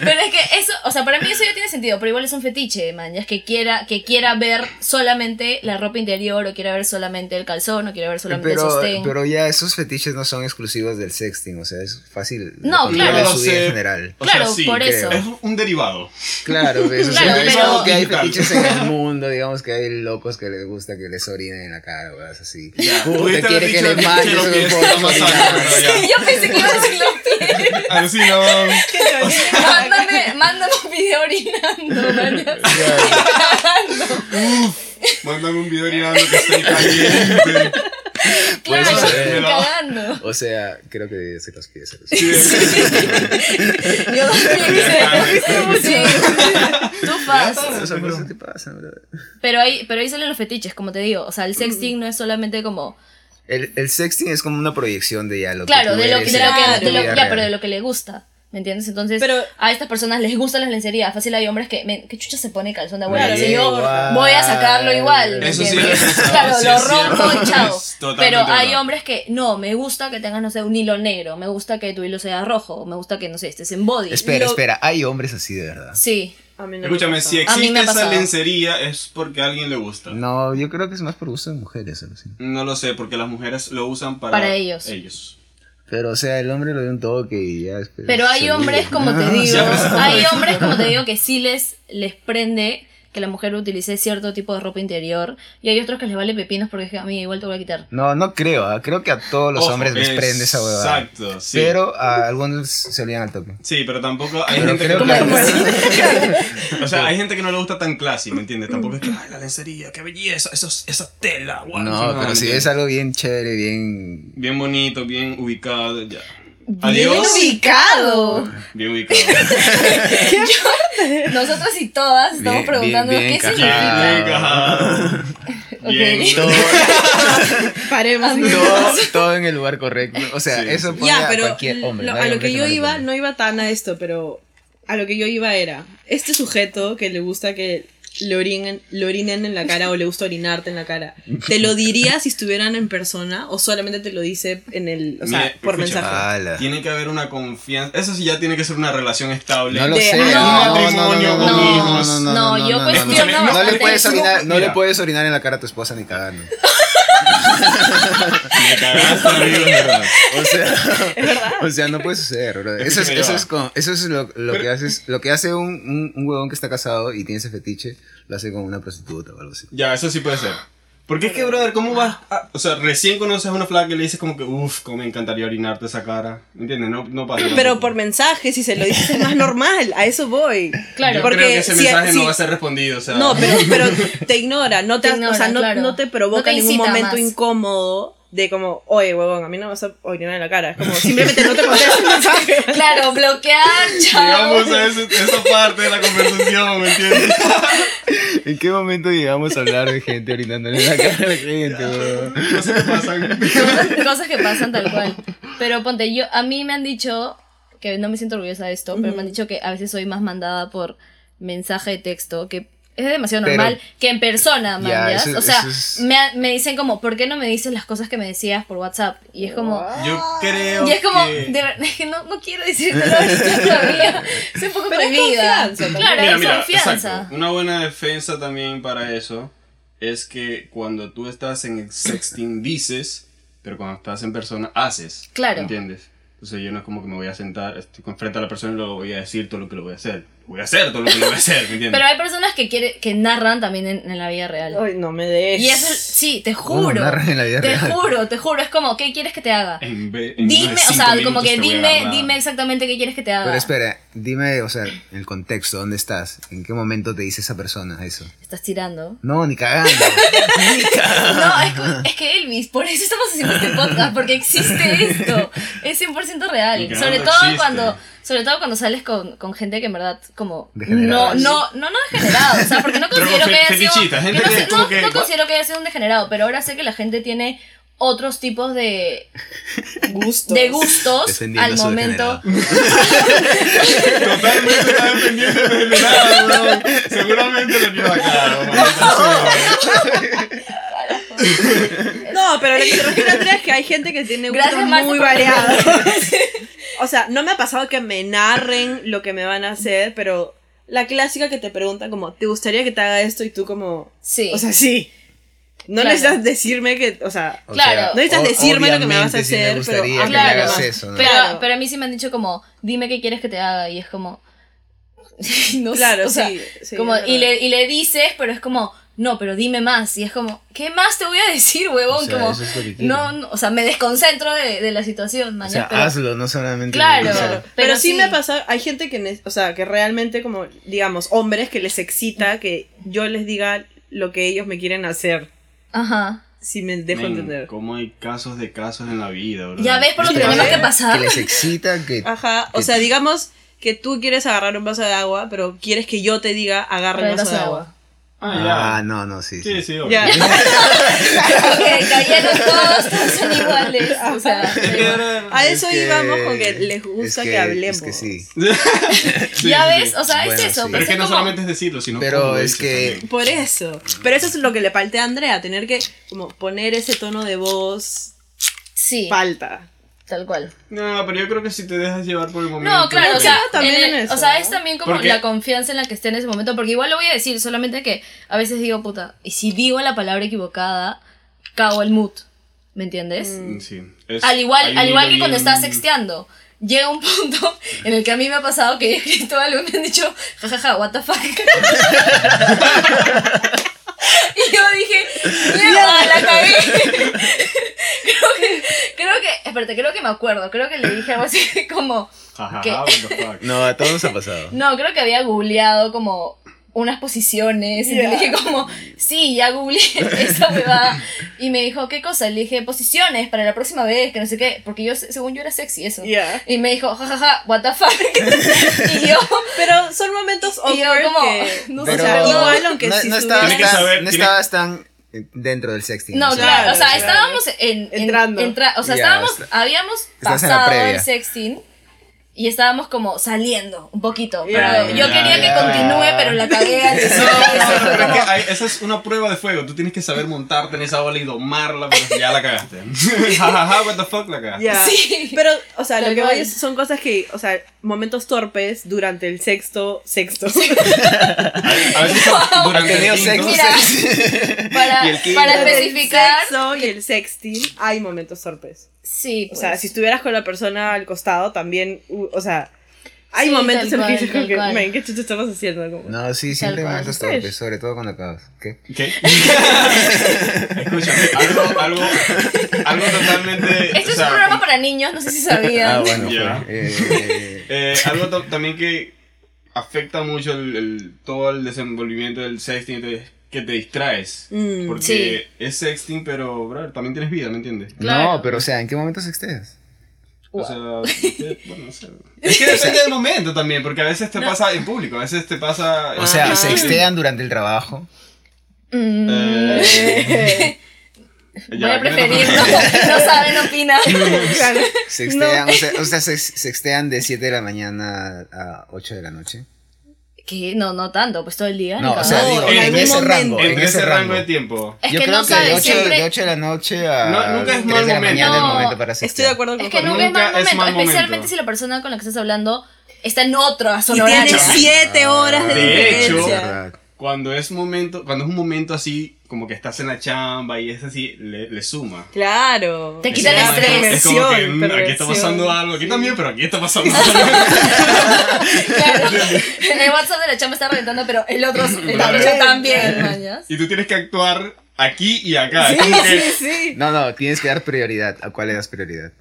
[SPEAKER 1] Pero es que eso, o sea, para mí eso ya tiene sentido, pero igual es un fetiche, man. Ya es que quiera, que quiera ver solamente la ropa interior, o quiera ver solamente el calzón, o quiera ver solamente el
[SPEAKER 5] Pero,
[SPEAKER 1] sostén.
[SPEAKER 5] pero ya esos fetiches no son exclusivos del sexting, o sea, es fácil.
[SPEAKER 1] No,
[SPEAKER 5] encontrarlo
[SPEAKER 1] claro.
[SPEAKER 5] en
[SPEAKER 3] Yo
[SPEAKER 5] su vida
[SPEAKER 3] sé.
[SPEAKER 5] en general.
[SPEAKER 3] O sea,
[SPEAKER 1] Claro,
[SPEAKER 3] sí,
[SPEAKER 1] por eso.
[SPEAKER 5] creo.
[SPEAKER 3] Es un derivado. [LAUGHS]
[SPEAKER 5] Claro, pues, o
[SPEAKER 1] [LAUGHS]
[SPEAKER 5] sea,
[SPEAKER 1] Claro,
[SPEAKER 5] es
[SPEAKER 1] pero-
[SPEAKER 5] como que hay
[SPEAKER 3] Digital.
[SPEAKER 5] fetiches en el mundo, digamos que hay locos que les gusta que les orinen en la cara, cosas así. Puta,
[SPEAKER 3] Pudiste haber
[SPEAKER 5] quiere que
[SPEAKER 3] dicho
[SPEAKER 5] le
[SPEAKER 3] el
[SPEAKER 5] manches
[SPEAKER 3] pinche lo que
[SPEAKER 5] un
[SPEAKER 3] está
[SPEAKER 5] poco.
[SPEAKER 3] pasando, pero ya.
[SPEAKER 1] [LAUGHS] Yo pensé que iba a decir los
[SPEAKER 5] [LAUGHS]
[SPEAKER 1] pies.
[SPEAKER 3] Alucina, mam.
[SPEAKER 1] [LAUGHS] Mándame, mándame un video orinando, man.
[SPEAKER 3] Mándame un video orinando que estoy caliente.
[SPEAKER 5] [LAUGHS] Pues,
[SPEAKER 1] Claro,
[SPEAKER 5] eh,
[SPEAKER 1] cagando.
[SPEAKER 5] O sea, creo que se los pies. se los-
[SPEAKER 1] [LAUGHS] Yo también. Sí. Tú fast.
[SPEAKER 5] O sea, cosas que pasan, brother.
[SPEAKER 1] Pero ahí, pero ahí salen los fetiches, como te digo. O sea, el sexting no es solamente como.
[SPEAKER 5] El, el sexting es como una proyección de ya lo
[SPEAKER 1] Claro,
[SPEAKER 5] que tú
[SPEAKER 1] de lo, de
[SPEAKER 5] eres
[SPEAKER 1] lo
[SPEAKER 5] en
[SPEAKER 1] que,
[SPEAKER 5] tu
[SPEAKER 1] de lo-
[SPEAKER 5] vida
[SPEAKER 1] ya,
[SPEAKER 5] real.
[SPEAKER 1] pero de lo que le gusta. ¿Me entiendes? Entonces,
[SPEAKER 2] Pero-
[SPEAKER 1] a estas personas les gusta la lencería. Fácil hay hombres que, men, ¿qué chucha se pone calzón de abuela?
[SPEAKER 2] Claro,
[SPEAKER 1] Si
[SPEAKER 2] sí,
[SPEAKER 1] yo voy a sacarlo igual. ¿me
[SPEAKER 3] Eso sí
[SPEAKER 1] entiendes? [LAUGHS]
[SPEAKER 3] lo he pensado,
[SPEAKER 1] Claro,
[SPEAKER 3] sí
[SPEAKER 1] lo
[SPEAKER 3] es cierto.
[SPEAKER 1] rompo,
[SPEAKER 3] Es
[SPEAKER 1] chao.
[SPEAKER 3] totalmente
[SPEAKER 1] Pero hay
[SPEAKER 3] verdad.
[SPEAKER 1] hombres que, no, me gusta que tengas, no sé, un hilo negro. Me gusta que tu hilo sea rojo. Me gusta que, no sé, estés en body.
[SPEAKER 5] Espera,
[SPEAKER 2] Lo-
[SPEAKER 5] espera, hay hombres así de verdad.
[SPEAKER 1] Sí.
[SPEAKER 2] A mí no me
[SPEAKER 3] Escúchame,
[SPEAKER 2] pasa.
[SPEAKER 1] A
[SPEAKER 3] si
[SPEAKER 1] mí
[SPEAKER 3] existe
[SPEAKER 1] me ha
[SPEAKER 3] esa
[SPEAKER 1] pasado.
[SPEAKER 3] lencería es porque a alguien le gusta. No.
[SPEAKER 5] No, yo creo que es más por gusto de mujeres, alucina.
[SPEAKER 3] lo sé, porque las mujeres lo usan para,
[SPEAKER 1] Para ellos.
[SPEAKER 3] ellos.
[SPEAKER 5] Pero, o sea, el hombre lo dio un toque y ya. después
[SPEAKER 1] Pero hay
[SPEAKER 5] se
[SPEAKER 1] hombres,
[SPEAKER 5] olvida.
[SPEAKER 1] como te
[SPEAKER 5] Ah,
[SPEAKER 1] digo,
[SPEAKER 3] ya ves.
[SPEAKER 1] hay hombres, como te digo, que sí les, les prende que la mujer utilice cierto tipo de ropa interior. Y hay otros que les vale pepinos porque es que a mí igual te voy a quitar.
[SPEAKER 5] No, no creo, ah, creo que a todos los
[SPEAKER 3] Ojo,
[SPEAKER 5] hombres les prende esa huevada.
[SPEAKER 3] Exacto, sí.
[SPEAKER 5] Pero a algunos se olvidan al toque.
[SPEAKER 3] Sí, pero tampoco hay
[SPEAKER 5] Pero
[SPEAKER 3] gente
[SPEAKER 5] creo
[SPEAKER 3] que...
[SPEAKER 5] que-
[SPEAKER 3] no-
[SPEAKER 2] Bueno,
[SPEAKER 3] [LAUGHS] O sea, hay gente que no le gusta tan classy, ¿me entiendes? Tampoco es que, ay, la lencería, qué belleza, eso, esa tela, guau.
[SPEAKER 5] No,
[SPEAKER 3] ¿me
[SPEAKER 5] pero si
[SPEAKER 3] entiendes?
[SPEAKER 5] es algo bien chévere, bien.
[SPEAKER 3] Bien bonito, bien ubicado, ya.
[SPEAKER 1] ¡Bien
[SPEAKER 3] Adiós.
[SPEAKER 1] ubicado!
[SPEAKER 3] Bien
[SPEAKER 1] [LAUGHS]
[SPEAKER 3] ubicado.
[SPEAKER 1] Nosotras y todas estamos
[SPEAKER 5] bien-
[SPEAKER 1] preguntando
[SPEAKER 5] bien-
[SPEAKER 1] qué
[SPEAKER 5] bien
[SPEAKER 1] significa.
[SPEAKER 5] encajado.
[SPEAKER 3] bien ubicado. Bien.
[SPEAKER 1] Ok.
[SPEAKER 5] Ah. Todo, [LAUGHS]
[SPEAKER 2] paremos.
[SPEAKER 5] todo, todo en el lugar correcto. O sea,
[SPEAKER 3] Sí.
[SPEAKER 5] eso pone
[SPEAKER 2] Ya,
[SPEAKER 5] a
[SPEAKER 2] pero
[SPEAKER 5] cualquier hombre.
[SPEAKER 2] lo-
[SPEAKER 5] no hay
[SPEAKER 2] a lo
[SPEAKER 5] hombre
[SPEAKER 2] que yo
[SPEAKER 5] no le
[SPEAKER 2] iba,
[SPEAKER 5] ponga.
[SPEAKER 2] no iba tan a esto, pero a lo que yo iba era, este sujeto que le gusta que le orinen, le orinen en la cara o le gusta orinarte en la cara, ¿te lo diría si estuvieran en persona o solamente te lo dice en el, o sea,
[SPEAKER 3] Mira,
[SPEAKER 2] por
[SPEAKER 3] escucha,
[SPEAKER 2] mensaje?
[SPEAKER 5] Ala.
[SPEAKER 3] Tiene que haber una confianza. Eso sí ya tiene que ser una relación estable.
[SPEAKER 5] No lo
[SPEAKER 2] de-
[SPEAKER 5] sé.
[SPEAKER 2] no,
[SPEAKER 5] no,
[SPEAKER 3] matrimonio
[SPEAKER 5] no, no,
[SPEAKER 3] con
[SPEAKER 5] no,
[SPEAKER 3] hijos.
[SPEAKER 5] No,
[SPEAKER 1] No, yo
[SPEAKER 5] no,
[SPEAKER 1] cuestiono
[SPEAKER 5] no, no, no le
[SPEAKER 1] bastante
[SPEAKER 5] puedes
[SPEAKER 1] eso.
[SPEAKER 5] orinar, no le
[SPEAKER 3] Mira.
[SPEAKER 5] puedes orinar en la cara a tu esposa ni cagando.
[SPEAKER 3] Me cagaste,
[SPEAKER 5] [LAUGHS]
[SPEAKER 3] amigo, de verdad.
[SPEAKER 5] O sea, O sea, no puede suceder, bro. Eso es,
[SPEAKER 3] que me
[SPEAKER 5] eso
[SPEAKER 3] va.
[SPEAKER 5] es, con- eso es lo, lo que haces, lo que hace un, un, un huevón que está casado y tiene ese fetiche, lo hace con una prostituta o algo así.
[SPEAKER 3] Ya, eso sí puede ser. Porque es que, brother, ¿cómo vas? a- o sea, recién conoces a una flaca y le dices como que, uff, como me encantaría orinarte esa cara. ¿Me entiendes? No, no pasa.
[SPEAKER 2] Pero por mensaje, si se lo dices es más normal, a eso voy.
[SPEAKER 1] Claro.
[SPEAKER 3] Yo
[SPEAKER 2] porque
[SPEAKER 3] creo que ese
[SPEAKER 2] si-
[SPEAKER 3] mensaje
[SPEAKER 2] si-
[SPEAKER 3] no va a ser respondido, o sea. [LAUGHS]
[SPEAKER 2] No, pero, pero te ignora, no te,
[SPEAKER 1] Te ignora,
[SPEAKER 2] o sea, no,
[SPEAKER 1] claro.
[SPEAKER 2] no te provoca
[SPEAKER 1] No te
[SPEAKER 2] ningún
[SPEAKER 1] incita
[SPEAKER 2] momento
[SPEAKER 1] más.
[SPEAKER 2] incómodo de como, oye, huevón, a mí no me vas a orinar en la cara. Es como, simplemente no te contestas el mensaje.
[SPEAKER 1] [LAUGHS] Claro,
[SPEAKER 5] [LAUGHS]
[SPEAKER 1] bloquear, chao.
[SPEAKER 3] Llegamos a ese- esa parte de la conversación, ¿me
[SPEAKER 1] [LAUGHS]
[SPEAKER 3] entiendes?
[SPEAKER 5] ¿En qué momento llegamos a hablar de gente orinando en la cara a la gente, bro?
[SPEAKER 3] No sé qué pasan.
[SPEAKER 5] eh.
[SPEAKER 1] [LAUGHS] Cosas que pasan tal cual. Pero ponte, yo, a mí me han dicho, que no me siento orgullosa de esto, pero me han dicho que a veces soy más mandada por mensaje de texto, que es demasiado
[SPEAKER 5] Pero-
[SPEAKER 1] normal, que en persona, man,
[SPEAKER 5] Ya,
[SPEAKER 1] ¿ya?
[SPEAKER 5] eso-
[SPEAKER 1] O sea,
[SPEAKER 5] eso es-
[SPEAKER 1] me, ha- me dicen como, ¿por qué no me dices las cosas que me decías por WhatsApp? Y es como...
[SPEAKER 3] Yo creo
[SPEAKER 1] Y es como,
[SPEAKER 3] que...
[SPEAKER 1] de verdad, [LAUGHS] es que no, no quiero
[SPEAKER 3] [LAUGHS]
[SPEAKER 1] decírtelo esto todavía. Soy un poco
[SPEAKER 2] Pero es
[SPEAKER 1] prohibida.
[SPEAKER 2] confianza también.
[SPEAKER 1] Claro,
[SPEAKER 3] Mira,
[SPEAKER 1] es
[SPEAKER 3] mira,
[SPEAKER 1] confianza.
[SPEAKER 3] exacto. Una buena defensa también para eso es que cuando tú estás en el sexting dices, pero cuando estás en persona haces.
[SPEAKER 1] Claro.
[SPEAKER 3] ¿Entiendes? Entonces yo no es como que me voy a sentar, estoy con- frente a la persona y le voy a decir todo lo que le voy a hacer. Voy a hacer todo lo que le voy a hacer, ¿me entiendes?
[SPEAKER 1] [LAUGHS] Pero hay personas que quiere, que narran también en, en la vida real.
[SPEAKER 2] Ay, no me des.
[SPEAKER 1] Y eso, sí, te
[SPEAKER 5] ¿Cómo
[SPEAKER 1] juro.
[SPEAKER 5] narran en la vida
[SPEAKER 1] te
[SPEAKER 5] real?
[SPEAKER 1] juro, te juro. Es como, ¿qué quieres que te haga?
[SPEAKER 3] En ve- en
[SPEAKER 1] Dime,
[SPEAKER 3] unos
[SPEAKER 1] o sea,
[SPEAKER 3] cinco
[SPEAKER 1] como que
[SPEAKER 3] minutos te voy a
[SPEAKER 1] dime,
[SPEAKER 3] agarrar.
[SPEAKER 1] dime exactamente qué quieres que te haga.
[SPEAKER 5] Pero espera, dime, o sea, el contexto, ¿dónde estás? ¿En qué momento te dice esa persona eso?
[SPEAKER 1] Estás tirando.
[SPEAKER 5] No, ni
[SPEAKER 1] [LAUGHS]
[SPEAKER 5] cagando. ni cagando.
[SPEAKER 1] No, es que, es que Elvis, por eso estamos haciendo este podcast, porque existe esto. Es 100%
[SPEAKER 3] Y
[SPEAKER 1] real.
[SPEAKER 3] que
[SPEAKER 1] Sobre
[SPEAKER 3] no
[SPEAKER 1] todo
[SPEAKER 3] existe.
[SPEAKER 1] cuando. Sobre todo cuando sales con, con gente que en verdad como no,
[SPEAKER 5] Degeneradas.
[SPEAKER 1] no, no, no degenerado. O sea, porque no
[SPEAKER 3] Pero
[SPEAKER 1] considero
[SPEAKER 3] fe-
[SPEAKER 1] que haya sido.
[SPEAKER 3] fetichista, gente
[SPEAKER 1] yo no,
[SPEAKER 3] que
[SPEAKER 1] sé-
[SPEAKER 3] es como
[SPEAKER 1] no-
[SPEAKER 3] que-
[SPEAKER 1] no considero que haya sido un degenerado, pero ahora sé que la gente tiene otros tipos de,
[SPEAKER 2] gusto.
[SPEAKER 1] de gustos
[SPEAKER 5] Defendiendo
[SPEAKER 1] al
[SPEAKER 5] su
[SPEAKER 1] momento.
[SPEAKER 3] Totalmente está dependiendo de nada, bro. Seguramente lo
[SPEAKER 2] [LAUGHS]
[SPEAKER 3] lleva acá, bro.
[SPEAKER 2] No, pero lo que se refiere Andrea es que hay gente que tiene gustos
[SPEAKER 1] Gracias, Marco,
[SPEAKER 2] muy
[SPEAKER 1] por-
[SPEAKER 2] variados. o sea, no me ha pasado que me narren lo que me van a hacer, pero la clásica que te preguntan como, ¿te gustaría que te haga esto? Y tú como,
[SPEAKER 1] Sí.
[SPEAKER 2] o sea, sí. No
[SPEAKER 1] Claro.
[SPEAKER 2] necesitas decirme que, o sea,
[SPEAKER 5] O
[SPEAKER 1] Claro.
[SPEAKER 5] sea,
[SPEAKER 1] No
[SPEAKER 2] necesitas
[SPEAKER 5] o-
[SPEAKER 2] decirme lo que me vas a
[SPEAKER 5] obviamente sí
[SPEAKER 2] hacer,
[SPEAKER 5] me
[SPEAKER 2] pero-
[SPEAKER 5] gustaría
[SPEAKER 2] ah,
[SPEAKER 5] que me
[SPEAKER 1] claro.
[SPEAKER 5] hagas eso, ¿no?
[SPEAKER 1] Pero,
[SPEAKER 2] Claro.
[SPEAKER 1] pero a mí sí me han dicho como, dime qué quieres que te haga y es como... [LAUGHS] no sé,
[SPEAKER 2] claro,
[SPEAKER 1] o sea,
[SPEAKER 2] sí, sí,
[SPEAKER 1] como,
[SPEAKER 2] es
[SPEAKER 1] y,
[SPEAKER 2] verdad.
[SPEAKER 1] le, y le dices, pero es como, no, pero dime más. Y es como, ¿qué más te voy a decir, huevón?
[SPEAKER 5] O sea,
[SPEAKER 1] como,
[SPEAKER 5] eso es lo que quiero.
[SPEAKER 1] no, no, o sea, me desconcentro de, de la situación,
[SPEAKER 5] O
[SPEAKER 1] mañana.
[SPEAKER 5] sea,
[SPEAKER 1] pero-
[SPEAKER 5] hazlo, no solamente.
[SPEAKER 1] Claro.
[SPEAKER 5] o sea,
[SPEAKER 2] Claro. Pero,
[SPEAKER 1] pero
[SPEAKER 2] sí,
[SPEAKER 1] sí.
[SPEAKER 2] me ha pasado, hay gente que, ne- o sea, que realmente como, digamos, hombres que les excita que yo les diga lo que ellos me quieren hacer,
[SPEAKER 1] Ajá.
[SPEAKER 2] si me dejo
[SPEAKER 3] Men,
[SPEAKER 2] entender.
[SPEAKER 3] cómo hay casos de casos en la vida, bro.
[SPEAKER 1] Ya ves por lo que
[SPEAKER 5] les-
[SPEAKER 1] tenemos que pasar.
[SPEAKER 5] Este, Que les excita, que
[SPEAKER 2] Ajá, o sea, digamos que tú quieres agarrar un vaso de agua, pero quieres que yo te diga agarra
[SPEAKER 1] Trae
[SPEAKER 2] un vaso de
[SPEAKER 1] [LAUGHS]
[SPEAKER 2] agua.
[SPEAKER 1] agua.
[SPEAKER 3] Ah,
[SPEAKER 5] Ah, no, no, sí.
[SPEAKER 3] ya.
[SPEAKER 5] [LAUGHS]
[SPEAKER 3] Sí, sí, obvio.
[SPEAKER 2] Ya.
[SPEAKER 1] Ok, cayeron todos, todos son eres. O sea, da igual.
[SPEAKER 2] A eso
[SPEAKER 5] Es que-
[SPEAKER 2] íbamos con que les gusta
[SPEAKER 5] es
[SPEAKER 2] que, hablemos.
[SPEAKER 5] Es que sí.
[SPEAKER 3] Sí,
[SPEAKER 1] ya
[SPEAKER 3] sí,
[SPEAKER 1] ves,
[SPEAKER 3] sí.
[SPEAKER 1] o sea,
[SPEAKER 5] Bueno,
[SPEAKER 1] es eso.
[SPEAKER 5] sí.
[SPEAKER 3] Pero
[SPEAKER 1] pues,
[SPEAKER 3] es que no
[SPEAKER 1] como-
[SPEAKER 3] solamente es decirlo, sino.
[SPEAKER 5] Pero
[SPEAKER 3] cómo lo
[SPEAKER 5] es
[SPEAKER 3] dices
[SPEAKER 5] que-
[SPEAKER 3] también.
[SPEAKER 2] Por eso. Pero eso es lo que le falta a Andrea, tener que como poner ese tono de voz.
[SPEAKER 1] Sí,
[SPEAKER 2] Falta.
[SPEAKER 1] tal cual.
[SPEAKER 3] No, pero yo creo que si te dejas llevar por el momento.
[SPEAKER 1] No, claro, o
[SPEAKER 3] pues-
[SPEAKER 1] sea,
[SPEAKER 2] Creo que también
[SPEAKER 1] en el-
[SPEAKER 2] en eso,
[SPEAKER 1] o sea,
[SPEAKER 2] ¿no?
[SPEAKER 1] es también como
[SPEAKER 3] Porque-
[SPEAKER 1] la confianza en la que esté en ese momento, porque igual lo voy a decir, solamente que a veces digo, puta, y si digo la palabra equivocada, cago el mood, ¿me entiendes?
[SPEAKER 3] Sí, es-
[SPEAKER 1] Al
[SPEAKER 3] hay
[SPEAKER 1] igual,
[SPEAKER 3] un
[SPEAKER 1] al igual
[SPEAKER 3] hilo
[SPEAKER 1] que cuando
[SPEAKER 3] bien- [LAUGHS]
[SPEAKER 1] estás sexteando. Llega un punto en el que a mí me ha pasado que [LAUGHS] he escrito algo y me han dicho, jajaja, what the fuck. [LAUGHS] y yo dije, mierda, la cagué. [LAUGHS] creo, que, creo que, espérate, creo que me acuerdo, creo que le dije algo así [LAUGHS] como,
[SPEAKER 3] Jajaja,
[SPEAKER 1] ¿Qué?
[SPEAKER 3] what the
[SPEAKER 1] [LAUGHS]
[SPEAKER 3] fuck.
[SPEAKER 5] No, a todos nos
[SPEAKER 2] [LAUGHS]
[SPEAKER 5] ha pasado.
[SPEAKER 1] no, creo que había googleado como unas posiciones y
[SPEAKER 2] Ya.
[SPEAKER 1] le dije como, sí, ya googleé [LAUGHS] esa huevada. Y me dijo, ¿qué cosa? Le dije, posiciones para la próxima vez, que no sé qué, porque yo, según yo era sexy eso.
[SPEAKER 2] Ya.
[SPEAKER 1] Y me dijo, jajaja, what the fuck. [LAUGHS] y yo,
[SPEAKER 2] Pero son momentos
[SPEAKER 1] y yo
[SPEAKER 2] awkward
[SPEAKER 1] como,
[SPEAKER 2] que...
[SPEAKER 1] [LAUGHS] no sé,
[SPEAKER 2] Pero-
[SPEAKER 1] o sea,
[SPEAKER 2] igual,
[SPEAKER 1] igual-
[SPEAKER 2] aunque
[SPEAKER 5] no,
[SPEAKER 2] sí
[SPEAKER 5] no
[SPEAKER 2] estuviera-
[SPEAKER 5] estabas,
[SPEAKER 3] Tiene que
[SPEAKER 5] tan,
[SPEAKER 3] saber,
[SPEAKER 5] no
[SPEAKER 3] tiene-
[SPEAKER 5] estabas tan dentro del sexting.
[SPEAKER 1] No,
[SPEAKER 5] o
[SPEAKER 1] claro,
[SPEAKER 5] sea,
[SPEAKER 1] o sea,
[SPEAKER 2] claro.
[SPEAKER 1] estábamos en, en-
[SPEAKER 2] Entrando.
[SPEAKER 1] entra- o sea,
[SPEAKER 5] Ya,
[SPEAKER 1] estábamos,
[SPEAKER 5] está-
[SPEAKER 1] habíamos
[SPEAKER 5] estás en la
[SPEAKER 1] pasado
[SPEAKER 5] previa.
[SPEAKER 1] el sexting y estábamos como saliendo un poquito, pero
[SPEAKER 2] Ya,
[SPEAKER 1] yo
[SPEAKER 3] ya,
[SPEAKER 1] quería
[SPEAKER 5] ya.
[SPEAKER 1] que continúe, pero la cagué antes.
[SPEAKER 3] No, no, no, pero es
[SPEAKER 1] Como-
[SPEAKER 3] que hay- esa es una prueba de fuego. Tú tienes que saber montarte en esa ola y domarla, pero ya la cagaste. [LAUGHS] Jajaja, what the fuck, la cagaste.
[SPEAKER 1] [LAUGHS]
[SPEAKER 2] Ya.
[SPEAKER 1] Sí.
[SPEAKER 2] Pero, o sea, lo
[SPEAKER 1] Tal
[SPEAKER 2] que voy
[SPEAKER 1] cual.
[SPEAKER 2] es- son cosas que, o sea, momentos torpes durante el sexto, sexto. [LAUGHS]
[SPEAKER 3] A veces
[SPEAKER 1] [LAUGHS]
[SPEAKER 3] durante
[SPEAKER 5] tenido
[SPEAKER 3] el quinto-
[SPEAKER 5] sexo.
[SPEAKER 1] Mira. para,
[SPEAKER 5] Y el quinto.
[SPEAKER 1] para
[SPEAKER 2] Durante
[SPEAKER 1] especificar,
[SPEAKER 2] El sexo y el sexting hay momentos torpes.
[SPEAKER 1] sí,
[SPEAKER 2] O sea,
[SPEAKER 1] pues.
[SPEAKER 2] si estuvieras con la persona al costado también, u- o sea, hay
[SPEAKER 1] Sí,
[SPEAKER 2] momentos
[SPEAKER 1] tal
[SPEAKER 2] en los que
[SPEAKER 1] cual,
[SPEAKER 2] yo creo
[SPEAKER 1] tal cual.
[SPEAKER 2] que, men, ¿qué chucho estamos haciendo? Como,
[SPEAKER 5] No, sí, siempre
[SPEAKER 1] cual.
[SPEAKER 5] me momentos torpes, sobre todo cuando acabas. ¿Qué? [LAUGHS]
[SPEAKER 3] ¿Qué? Escúchame, algo, algo, algo totalmente.
[SPEAKER 5] Este
[SPEAKER 1] Esto
[SPEAKER 3] o
[SPEAKER 1] es
[SPEAKER 3] sea,
[SPEAKER 1] un programa para niños, no sé si sabían.
[SPEAKER 5] [LAUGHS] Ah, bueno,
[SPEAKER 3] Ya.
[SPEAKER 5] fue. Eh,
[SPEAKER 3] [LAUGHS] Eh, algo to- también que afecta mucho el, el- todo el desenvolvimiento del sexting te- que te distraes.
[SPEAKER 2] Mm.
[SPEAKER 3] Porque
[SPEAKER 1] Sí.
[SPEAKER 3] es sexting, pero brother, también tienes vida, ¿me entiendes?
[SPEAKER 1] Claro.
[SPEAKER 5] No, pero o sea, ¿en qué momento sexteas?
[SPEAKER 3] O sea, que- bueno,
[SPEAKER 1] [LAUGHS]
[SPEAKER 3] no sé. Es que depende del momento también, porque a veces te pasa en público, a veces te pasa.
[SPEAKER 5] O sea,
[SPEAKER 2] Ah.
[SPEAKER 5] ¿sextean durante el trabajo?
[SPEAKER 1] Mm,
[SPEAKER 3] Eh,
[SPEAKER 1] voy
[SPEAKER 3] ya,
[SPEAKER 1] a preferir,
[SPEAKER 3] ¿qué
[SPEAKER 1] no,
[SPEAKER 3] me toca?
[SPEAKER 5] [LAUGHS]
[SPEAKER 1] no saben, opina.
[SPEAKER 2] [LAUGHS] claro.
[SPEAKER 5] ¿Sextean, o sea, o sea, sex- sextean de 7 de la mañana a 8 de la noche?
[SPEAKER 1] Que no, no tanto, pues todo el día.
[SPEAKER 5] No,
[SPEAKER 1] ni
[SPEAKER 5] o
[SPEAKER 1] cagando.
[SPEAKER 5] sea,
[SPEAKER 2] No,
[SPEAKER 5] digo,
[SPEAKER 3] en
[SPEAKER 5] en
[SPEAKER 3] algún
[SPEAKER 5] ese
[SPEAKER 2] momento.
[SPEAKER 5] rango.
[SPEAKER 3] En ese rango de tiempo.
[SPEAKER 1] es
[SPEAKER 5] Yo
[SPEAKER 1] que
[SPEAKER 5] creo
[SPEAKER 1] no
[SPEAKER 5] que de
[SPEAKER 1] sabes
[SPEAKER 5] 8,
[SPEAKER 1] siempre.
[SPEAKER 5] de 8 de la noche a
[SPEAKER 3] No, nunca es mal
[SPEAKER 5] 3 de la
[SPEAKER 3] momento.
[SPEAKER 5] mañana
[SPEAKER 1] No,
[SPEAKER 5] el momento para
[SPEAKER 2] Estoy de
[SPEAKER 5] sextear.
[SPEAKER 2] acuerdo con
[SPEAKER 1] Es que
[SPEAKER 2] Jorge.
[SPEAKER 1] nunca, es mal
[SPEAKER 3] Nunca es
[SPEAKER 1] momento,
[SPEAKER 3] mal momento.
[SPEAKER 1] especialmente si la persona con la que estás hablando está en otra
[SPEAKER 2] Y
[SPEAKER 1] zona
[SPEAKER 2] tiene
[SPEAKER 1] horaria.
[SPEAKER 2] siete horas de,
[SPEAKER 3] Ah, De hecho-
[SPEAKER 2] diferencia.
[SPEAKER 5] ¿verdad?
[SPEAKER 3] Cuando es momento, cuando es un momento así, como que estás en la chamba y es así, le, le suma.
[SPEAKER 2] Claro.
[SPEAKER 1] Te quita el
[SPEAKER 3] Es como-
[SPEAKER 1] estrés.
[SPEAKER 3] Es como que, mm, aquí está
[SPEAKER 2] Perversión,
[SPEAKER 3] pasando algo, aquí
[SPEAKER 2] sí.
[SPEAKER 3] también, pero aquí está pasando algo. [LAUGHS]
[SPEAKER 1] Claro. [LAUGHS] El WhatsApp de la chama está reventando, pero el
[SPEAKER 5] [LAUGHS]
[SPEAKER 1] otro el
[SPEAKER 3] Claro.
[SPEAKER 1] otro también, mañas.
[SPEAKER 3] Y tú tienes que actuar aquí y acá. Es como
[SPEAKER 2] Sí,
[SPEAKER 3] que,
[SPEAKER 2] sí.
[SPEAKER 5] No, no, tienes que dar prioridad. ¿A cuál le das prioridad?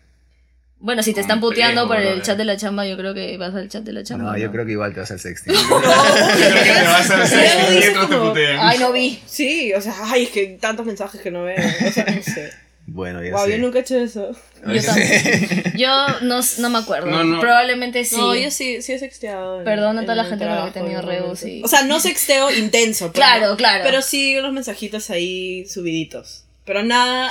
[SPEAKER 1] Bueno, si te están
[SPEAKER 3] Complejo,
[SPEAKER 1] puteando por el
[SPEAKER 3] brother.
[SPEAKER 1] chat de la chamba, yo creo que vas al chat de la chamba.
[SPEAKER 5] Ah, No, yo creo que igual te vas al sexting.
[SPEAKER 3] yo creo que te vas a hacer
[SPEAKER 2] Pero dices
[SPEAKER 3] mientras te
[SPEAKER 2] como,
[SPEAKER 3] putean.
[SPEAKER 1] [LAUGHS] Ay, no vi.
[SPEAKER 2] Sí, o sea, ay, es que tantos mensajes que no veo. O sea, no
[SPEAKER 3] [LAUGHS]
[SPEAKER 2] sé.
[SPEAKER 5] Bueno, ya
[SPEAKER 2] Wow,
[SPEAKER 5] sé.
[SPEAKER 2] yo nunca he hecho eso.
[SPEAKER 1] Yo
[SPEAKER 2] [LAUGHS]
[SPEAKER 1] tampoco. Yo no, no me acuerdo.
[SPEAKER 3] No, no.
[SPEAKER 1] Probablemente sí.
[SPEAKER 2] No, yo sí, sí he sexteado. en-
[SPEAKER 1] Perdona a
[SPEAKER 2] en
[SPEAKER 1] toda la
[SPEAKER 2] el
[SPEAKER 1] gente con la que he
[SPEAKER 2] trabajo,
[SPEAKER 1] tenido
[SPEAKER 2] en
[SPEAKER 1] reus
[SPEAKER 2] momentos.
[SPEAKER 1] y-
[SPEAKER 2] O sea, no sexteo intenso. pero-
[SPEAKER 1] Claro, claro.
[SPEAKER 2] Pero sí los mensajitos ahí subiditos. Pero nada,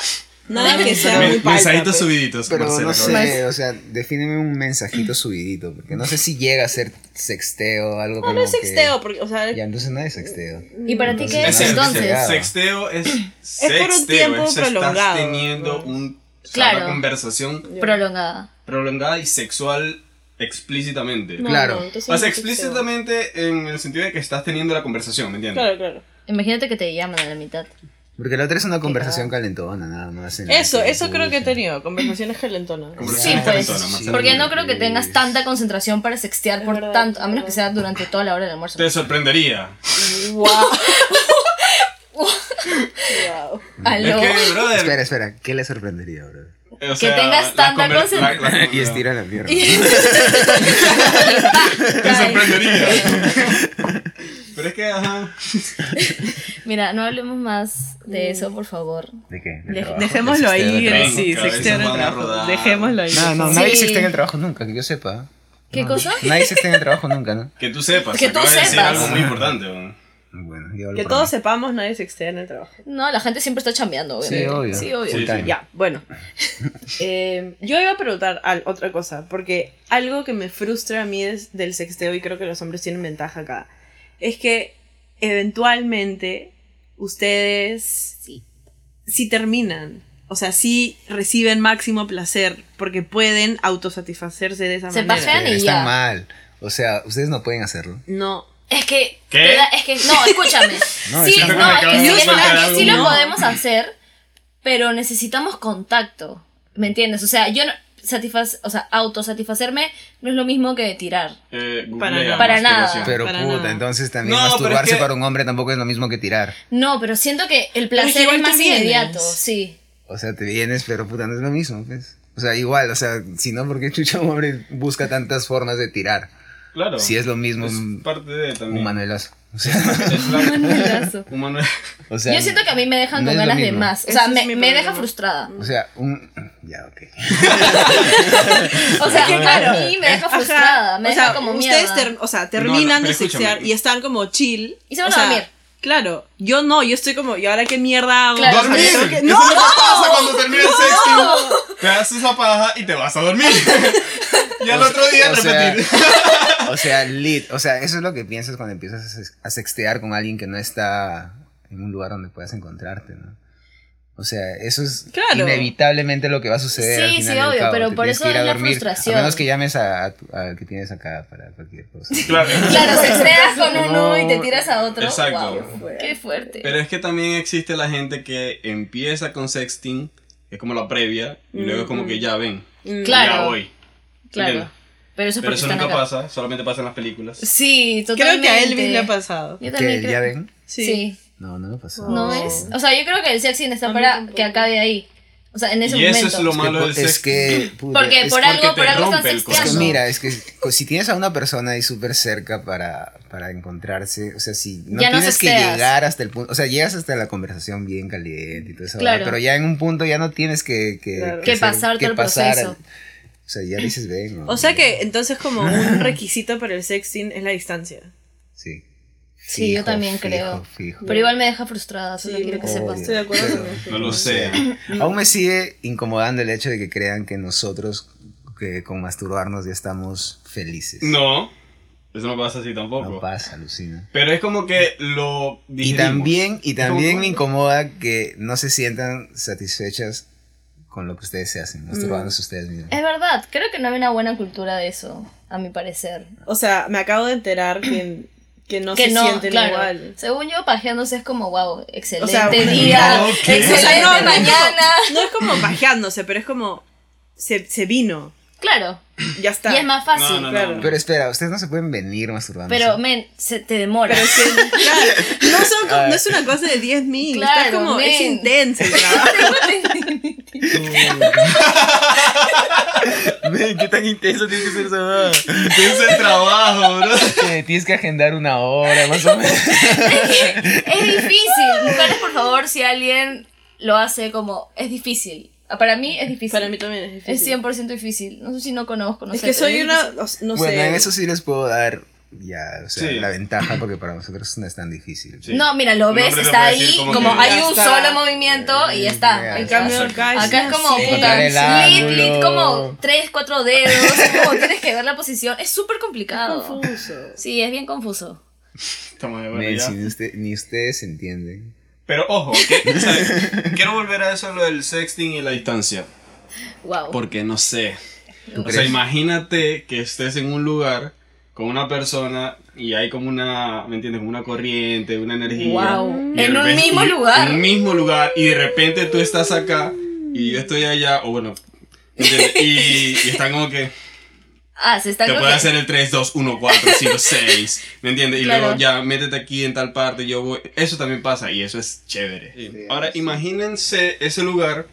[SPEAKER 2] nada que sea
[SPEAKER 3] Me-
[SPEAKER 2] muy palpa.
[SPEAKER 3] Mensajitos
[SPEAKER 2] pues.
[SPEAKER 3] subiditos,
[SPEAKER 5] Pero
[SPEAKER 3] Marcela,
[SPEAKER 5] no
[SPEAKER 3] cabrón.
[SPEAKER 5] sé, o sea, defíneme un mensajito subidito, porque no sé si llega a ser sexteo, algo
[SPEAKER 2] Ah, No,
[SPEAKER 5] como
[SPEAKER 2] no es
[SPEAKER 5] que-
[SPEAKER 2] sexteo, porque, o sea,
[SPEAKER 5] Ya, entonces no es sexteo.
[SPEAKER 1] ¿Y para ti qué
[SPEAKER 3] Es
[SPEAKER 1] es
[SPEAKER 3] el-
[SPEAKER 1] entonces?
[SPEAKER 5] Claro.
[SPEAKER 3] Sexteo es
[SPEAKER 2] por un
[SPEAKER 3] sexteo,
[SPEAKER 2] tiempo
[SPEAKER 3] es
[SPEAKER 2] prolongado,
[SPEAKER 3] Estás teniendo
[SPEAKER 2] ¿no?
[SPEAKER 3] un, o sea,
[SPEAKER 1] Claro.
[SPEAKER 3] una conversación
[SPEAKER 1] Prolongada.
[SPEAKER 3] prolongada y sexual explícitamente.
[SPEAKER 2] no,
[SPEAKER 5] Claro.
[SPEAKER 2] no, entonces
[SPEAKER 3] O sea,
[SPEAKER 2] no es sexteo.
[SPEAKER 3] explícitamente en el sentido de que estás teniendo la conversación, ¿me entiendes?
[SPEAKER 2] Claro, claro.
[SPEAKER 1] Imagínate que te llaman a la mitad.
[SPEAKER 5] Porque la otra es una conversación calentona, nada más. en la
[SPEAKER 2] Eso, eso creo que he
[SPEAKER 5] pucha.
[SPEAKER 2] tenido, conversaciones calentonas.
[SPEAKER 1] Sí,
[SPEAKER 3] Conversaciones
[SPEAKER 1] pues.
[SPEAKER 3] calentonas, Marcela.
[SPEAKER 1] Porque no creo que tengas tanta concentración para sextear por
[SPEAKER 2] verdad,
[SPEAKER 1] tanto, a
[SPEAKER 2] es
[SPEAKER 1] menos que sea durante toda la hora del almuerzo.
[SPEAKER 3] Te sorprendería.
[SPEAKER 2] Wow.
[SPEAKER 1] Aló.
[SPEAKER 3] Es
[SPEAKER 1] [LAUGHS]
[SPEAKER 3] que, brother.
[SPEAKER 5] Espera, espera, ¿qué le sorprendería, bro?
[SPEAKER 3] o sea,
[SPEAKER 1] tengas
[SPEAKER 3] las
[SPEAKER 1] tanta
[SPEAKER 3] conver-
[SPEAKER 1] concentración.
[SPEAKER 3] la- la-
[SPEAKER 5] [LAUGHS] Y estira la pierna.
[SPEAKER 3] Te sorprendería. Pero es que, ajá.
[SPEAKER 1] Mira, no hablemos más
[SPEAKER 2] Mm.
[SPEAKER 1] de eso, por favor.
[SPEAKER 5] ¿De qué?
[SPEAKER 1] Dej-
[SPEAKER 2] Dejémoslo ahí,
[SPEAKER 3] trabajo.
[SPEAKER 2] sí,
[SPEAKER 3] Cabezas
[SPEAKER 2] sexteo en el
[SPEAKER 3] van a
[SPEAKER 2] trabajo.
[SPEAKER 3] rodar.
[SPEAKER 2] Dejémoslo ahí.
[SPEAKER 5] No, no,
[SPEAKER 1] Sí.
[SPEAKER 5] nadie sextea en el trabajo nunca, que yo sepa.
[SPEAKER 1] ¿Qué
[SPEAKER 5] No,
[SPEAKER 1] cosa?
[SPEAKER 5] Nadie sextea en el trabajo nunca, ¿no?
[SPEAKER 3] Que tú sepas.
[SPEAKER 1] Que tú
[SPEAKER 3] acabas de decir
[SPEAKER 1] sepas.
[SPEAKER 3] algo muy importante. weón.
[SPEAKER 5] Bueno, yo hablo
[SPEAKER 2] Que
[SPEAKER 5] por
[SPEAKER 2] todos
[SPEAKER 5] mí.
[SPEAKER 2] sepamos, nadie se excede en el trabajo.
[SPEAKER 1] No, la gente siempre está chambeando,
[SPEAKER 5] Sí,
[SPEAKER 1] obviamente.
[SPEAKER 5] obvio.
[SPEAKER 1] Sí, obvio.
[SPEAKER 3] Sí, sí.
[SPEAKER 2] Ya, bueno. Eh, yo iba a preguntar al- otra cosa, porque algo que me frustra a mí es del sexteo, y creo que los hombres tienen ventaja acá, es que eventualmente ustedes
[SPEAKER 1] Sí.
[SPEAKER 2] sí terminan. O sea, sí reciben máximo placer, porque pueden autosatisfacerse de esa
[SPEAKER 1] Se
[SPEAKER 2] manera.
[SPEAKER 1] pajean.
[SPEAKER 5] Sí,
[SPEAKER 1] y
[SPEAKER 5] Está
[SPEAKER 1] ya.
[SPEAKER 5] mal. O sea, ustedes no pueden hacerlo.
[SPEAKER 2] No.
[SPEAKER 1] Es que,
[SPEAKER 3] ¿Qué?
[SPEAKER 1] te da- es que, no, escúchame.
[SPEAKER 5] No,
[SPEAKER 1] sí,
[SPEAKER 5] es que
[SPEAKER 1] no,
[SPEAKER 5] me
[SPEAKER 1] es que
[SPEAKER 3] acabas
[SPEAKER 1] sí,
[SPEAKER 2] de
[SPEAKER 1] es que
[SPEAKER 2] soltar
[SPEAKER 1] sí
[SPEAKER 2] algo.
[SPEAKER 1] lo podemos hacer, pero necesitamos contacto, ¿me entiendes? O sea, yo no, satisfaz- o sea, autosatisfacerme no es lo mismo que tirar.
[SPEAKER 3] Eh, googlea
[SPEAKER 2] Para nada.
[SPEAKER 1] Para nada.
[SPEAKER 3] masturbación.
[SPEAKER 5] Pero
[SPEAKER 2] Para
[SPEAKER 5] puta,
[SPEAKER 2] nada.
[SPEAKER 5] entonces también
[SPEAKER 3] No, pero es
[SPEAKER 5] masturbarse
[SPEAKER 3] que-
[SPEAKER 5] para un hombre tampoco es lo mismo que tirar.
[SPEAKER 1] No, pero siento que el
[SPEAKER 2] Pero es que
[SPEAKER 1] placer
[SPEAKER 2] igual
[SPEAKER 1] es más
[SPEAKER 2] te vienes.
[SPEAKER 1] inmediato, sí.
[SPEAKER 5] O sea, te vienes, pero puta, no es lo mismo, pues. O sea, igual, o sea, si no, ¿por qué chucha un hombre busca tantas formas de tirar?
[SPEAKER 3] Claro.
[SPEAKER 5] Si es lo mismo
[SPEAKER 3] Es
[SPEAKER 5] un,
[SPEAKER 3] parte de
[SPEAKER 5] un
[SPEAKER 3] también.
[SPEAKER 5] manuelazo. [LAUGHS] O sea,
[SPEAKER 3] Es la-
[SPEAKER 1] Manuelazo.
[SPEAKER 3] [LAUGHS] Un manuel-
[SPEAKER 5] o sea,
[SPEAKER 1] yo siento que a mí me dejan
[SPEAKER 5] no
[SPEAKER 1] con
[SPEAKER 5] es lo
[SPEAKER 1] ganas de
[SPEAKER 5] mismo.
[SPEAKER 1] más. O
[SPEAKER 2] Ese
[SPEAKER 1] sea,
[SPEAKER 2] es
[SPEAKER 1] me,
[SPEAKER 2] mi
[SPEAKER 1] me deja
[SPEAKER 2] problema. [LAUGHS]
[SPEAKER 1] frustrada.
[SPEAKER 5] O sea, un... Ya, ok.
[SPEAKER 1] O sea,
[SPEAKER 3] que
[SPEAKER 1] claro, a mí me deja
[SPEAKER 2] Ajá.
[SPEAKER 1] frustrada, me
[SPEAKER 2] [LAUGHS] o
[SPEAKER 1] deja
[SPEAKER 2] sea,
[SPEAKER 1] como
[SPEAKER 2] ustedes
[SPEAKER 1] mierda.
[SPEAKER 2] ter- o sea, terminan
[SPEAKER 3] pero
[SPEAKER 2] de
[SPEAKER 3] escúchame.
[SPEAKER 2] sexear y están como chill.
[SPEAKER 1] Y se van
[SPEAKER 2] o
[SPEAKER 1] a
[SPEAKER 2] sea,
[SPEAKER 1] dormir.
[SPEAKER 2] Claro, yo no, yo estoy como, ¿y ahora qué mierda hago?
[SPEAKER 1] Claro.
[SPEAKER 2] O sea,
[SPEAKER 3] ¡Dormir!
[SPEAKER 2] tengo que-
[SPEAKER 3] Eso
[SPEAKER 2] ¡No!
[SPEAKER 3] es lo que pasa cuando termina el sexting. Te haces la paja y te vas
[SPEAKER 1] [LAUGHS]
[SPEAKER 3] a dormir. y al otro día
[SPEAKER 5] O sea, [LAUGHS]
[SPEAKER 3] repetir.
[SPEAKER 5] O sea, lit. O sea, eso es lo que piensas cuando empiezas a sex- a sextear con alguien que no está en un lugar donde puedas encontrarte, ¿no? O sea, eso es
[SPEAKER 2] Claro.
[SPEAKER 5] inevitablemente lo que va a suceder. al
[SPEAKER 1] Sí,
[SPEAKER 5] final
[SPEAKER 1] sí,
[SPEAKER 5] del
[SPEAKER 1] obvio,
[SPEAKER 5] cabo.
[SPEAKER 1] pero
[SPEAKER 5] Te
[SPEAKER 1] por
[SPEAKER 5] tienes
[SPEAKER 1] eso
[SPEAKER 5] que ir a
[SPEAKER 1] es la
[SPEAKER 5] dormir,
[SPEAKER 1] frustración.
[SPEAKER 5] A menos que llames a- a tu- al que tienes acá para cualquier cosa.
[SPEAKER 3] Claro.
[SPEAKER 1] Claro, sexteas con uno y te tiras a otro.
[SPEAKER 3] Exacto.
[SPEAKER 1] Wow, qué fuerte.
[SPEAKER 3] Pero es que también existe la gente que empieza con sexting, es como la previa, y luego es como que ya ven.
[SPEAKER 2] Mm.
[SPEAKER 1] Claro.
[SPEAKER 3] Ya voy.
[SPEAKER 1] claro.
[SPEAKER 3] Entiendo.
[SPEAKER 1] Pero eso es
[SPEAKER 3] Pero
[SPEAKER 1] porque
[SPEAKER 3] eso
[SPEAKER 1] están
[SPEAKER 3] nunca
[SPEAKER 1] acá.
[SPEAKER 3] pasa, solamente pasa en las películas.
[SPEAKER 1] Sí,
[SPEAKER 2] Creo
[SPEAKER 1] totalmente.
[SPEAKER 2] que a Elvis le ha pasado.
[SPEAKER 1] Yo también
[SPEAKER 5] ¿Qué?
[SPEAKER 1] creo.
[SPEAKER 5] ¿Ya ven?
[SPEAKER 1] Sí.
[SPEAKER 5] No, no me pasó.
[SPEAKER 1] ¿No
[SPEAKER 2] Oh.
[SPEAKER 1] es? O sea, yo creo que el sexting
[SPEAKER 2] A
[SPEAKER 1] está
[SPEAKER 2] mí
[SPEAKER 1] para
[SPEAKER 2] tampoco.
[SPEAKER 1] que acabe ahí. O sea, en ese
[SPEAKER 3] Y eso
[SPEAKER 1] momento.
[SPEAKER 3] es lo
[SPEAKER 5] Es que
[SPEAKER 3] malo
[SPEAKER 5] po-
[SPEAKER 3] del sexting.
[SPEAKER 5] Es que... puta,
[SPEAKER 1] Porque por
[SPEAKER 5] es
[SPEAKER 3] porque
[SPEAKER 1] algo,
[SPEAKER 3] te
[SPEAKER 1] por algo están
[SPEAKER 3] rompe el
[SPEAKER 5] Es que
[SPEAKER 1] sexteando.
[SPEAKER 5] mira, es que co- si tienes a una persona ahí súper cerca para, para encontrarse, o sea, si no
[SPEAKER 1] Ya no
[SPEAKER 5] tienes que
[SPEAKER 1] sexteas.
[SPEAKER 5] llegar hasta el punto, o sea, llegas hasta la conversación bien caliente y todo eso,
[SPEAKER 1] Claro.
[SPEAKER 5] pero ya en un punto ya no tienes que, que,
[SPEAKER 2] Claro.
[SPEAKER 1] Que pasarte el proceso.
[SPEAKER 5] al- o sea, ya dices, ven.
[SPEAKER 2] O sea que entonces como
[SPEAKER 3] [LAUGHS]
[SPEAKER 2] un requisito para el sexting es la distancia.
[SPEAKER 5] Sí.
[SPEAKER 1] Sí, yo también creo.
[SPEAKER 5] fijo.
[SPEAKER 1] Pero igual me deja frustrada, solo
[SPEAKER 2] Sí,
[SPEAKER 1] quiero que
[SPEAKER 2] me-
[SPEAKER 1] sepas.
[SPEAKER 5] Obvio.
[SPEAKER 2] Estoy de acuerdo con
[SPEAKER 5] Pero-
[SPEAKER 2] eso.
[SPEAKER 3] No lo sé.
[SPEAKER 5] Aún me sigue incomodando el hecho de que crean que nosotros que con masturbarnos ya estamos felices.
[SPEAKER 3] No, eso no pasa así tampoco.
[SPEAKER 5] No pasa, alucina.
[SPEAKER 3] Pero es como que lo
[SPEAKER 5] Y
[SPEAKER 3] digerimos.
[SPEAKER 5] también, y también
[SPEAKER 3] ¿Cómo?
[SPEAKER 5] me incomoda que no se sientan satisfechas con lo que ustedes se hacen, masturbándose
[SPEAKER 1] Mm.
[SPEAKER 5] ustedes mismos.
[SPEAKER 1] Es verdad, creo que no hay una buena cultura de eso, a mi parecer.
[SPEAKER 2] O sea, me acabo de enterar que, que no
[SPEAKER 1] que
[SPEAKER 2] se
[SPEAKER 1] no,
[SPEAKER 2] sienten
[SPEAKER 1] claro.
[SPEAKER 2] igual.
[SPEAKER 1] Según yo, pajeándose es como, wow, excelente
[SPEAKER 2] sea, [LAUGHS] bueno,
[SPEAKER 1] día,
[SPEAKER 3] no, ¿qué?
[SPEAKER 1] excelente
[SPEAKER 2] O sea, no, no, no.
[SPEAKER 1] mañana.
[SPEAKER 2] No es como bajeándose, pero es como se, se vino.
[SPEAKER 1] Claro,
[SPEAKER 2] Ya está.
[SPEAKER 1] y es más fácil.
[SPEAKER 3] No, no,
[SPEAKER 2] claro.
[SPEAKER 3] no.
[SPEAKER 5] Pero espera, ustedes no se pueden venir masturbando. [LAUGHS]
[SPEAKER 1] Pero, men, se te demora.
[SPEAKER 2] Pero es que,
[SPEAKER 1] [LAUGHS]
[SPEAKER 2] claro, no, son como- no es una cosa de 10 mil.
[SPEAKER 1] Claro,
[SPEAKER 2] está como, es
[SPEAKER 1] men.
[SPEAKER 2] intenso.
[SPEAKER 1] [LAUGHS]
[SPEAKER 2] ¿verdad? [LAUGHS]
[SPEAKER 5] qué tan intenso tiene que
[SPEAKER 1] [LAUGHS]
[SPEAKER 3] [LAUGHS]
[SPEAKER 5] ser eso.
[SPEAKER 3] Es el trabajo,
[SPEAKER 5] [LAUGHS]
[SPEAKER 3] bro.
[SPEAKER 5] Tienes que agendar una hora, más o menos.
[SPEAKER 1] Es difícil. Mujeres, por favor, si alguien lo hace como. Es difícil. Ah, Para mí es difícil.
[SPEAKER 2] Para mí también es difícil.
[SPEAKER 1] es 100% difícil. No sé si no conozco. No
[SPEAKER 2] Es
[SPEAKER 1] sé,
[SPEAKER 2] que
[SPEAKER 1] pero
[SPEAKER 2] soy
[SPEAKER 1] es
[SPEAKER 2] una.
[SPEAKER 1] difícil.
[SPEAKER 2] o sea, No
[SPEAKER 5] bueno,
[SPEAKER 2] sé.
[SPEAKER 5] en eso sí les puedo dar ya, o sea,
[SPEAKER 3] Sí.
[SPEAKER 5] la ventaja porque para nosotros no es tan difícil.
[SPEAKER 3] Sí.
[SPEAKER 1] No, mira,
[SPEAKER 3] No,
[SPEAKER 1] lo ves,
[SPEAKER 3] pero
[SPEAKER 1] está
[SPEAKER 3] puedo decir
[SPEAKER 1] ahí.
[SPEAKER 3] como
[SPEAKER 1] Como,
[SPEAKER 3] que-
[SPEAKER 1] hay
[SPEAKER 2] Ya
[SPEAKER 1] un
[SPEAKER 2] está.
[SPEAKER 1] solo movimiento y ya está.
[SPEAKER 2] En cambio, acá es,
[SPEAKER 1] Acá es como
[SPEAKER 2] Sí.
[SPEAKER 1] puta,
[SPEAKER 5] el ángulo.
[SPEAKER 1] lit, lit, como 3, 4 dedos, es como tienes que ver la posición, es súper complicado.
[SPEAKER 2] confuso.
[SPEAKER 1] Sí, es bien confuso.
[SPEAKER 3] Estamos de buena
[SPEAKER 5] Men, si
[SPEAKER 3] ya.
[SPEAKER 5] ni, usted- ni ustedes entienden.
[SPEAKER 3] Pero ojo, que-
[SPEAKER 5] [LAUGHS]
[SPEAKER 3] ¿sabes? quiero volver a eso, lo del sexting y la distancia.
[SPEAKER 1] Wow.
[SPEAKER 3] Porque no sé.
[SPEAKER 5] ¿Tú
[SPEAKER 3] O sea,
[SPEAKER 5] crees?
[SPEAKER 3] imagínate que estés en un lugar con una persona y hay como una, ¿me entiendes? Como una corriente, una energía.
[SPEAKER 1] Wow.
[SPEAKER 3] Y de
[SPEAKER 1] En un
[SPEAKER 3] repente-
[SPEAKER 1] mismo
[SPEAKER 3] y-
[SPEAKER 1] lugar.
[SPEAKER 3] En un mismo lugar. Y de repente tú estás acá y yo estoy allá, o bueno, ¿me entiendes? Y, y están como que
[SPEAKER 1] Ah, se está
[SPEAKER 3] te
[SPEAKER 1] como
[SPEAKER 3] puede
[SPEAKER 1] que-
[SPEAKER 3] hacer el 3, 2, 1, 4,
[SPEAKER 1] [LAUGHS]
[SPEAKER 3] 5, 6. ¿Me entiendes? Y
[SPEAKER 1] Claro.
[SPEAKER 3] luego ya métete aquí en tal parte, yo voy. Eso también pasa y eso es chévere. Ahora imagínense ese lugar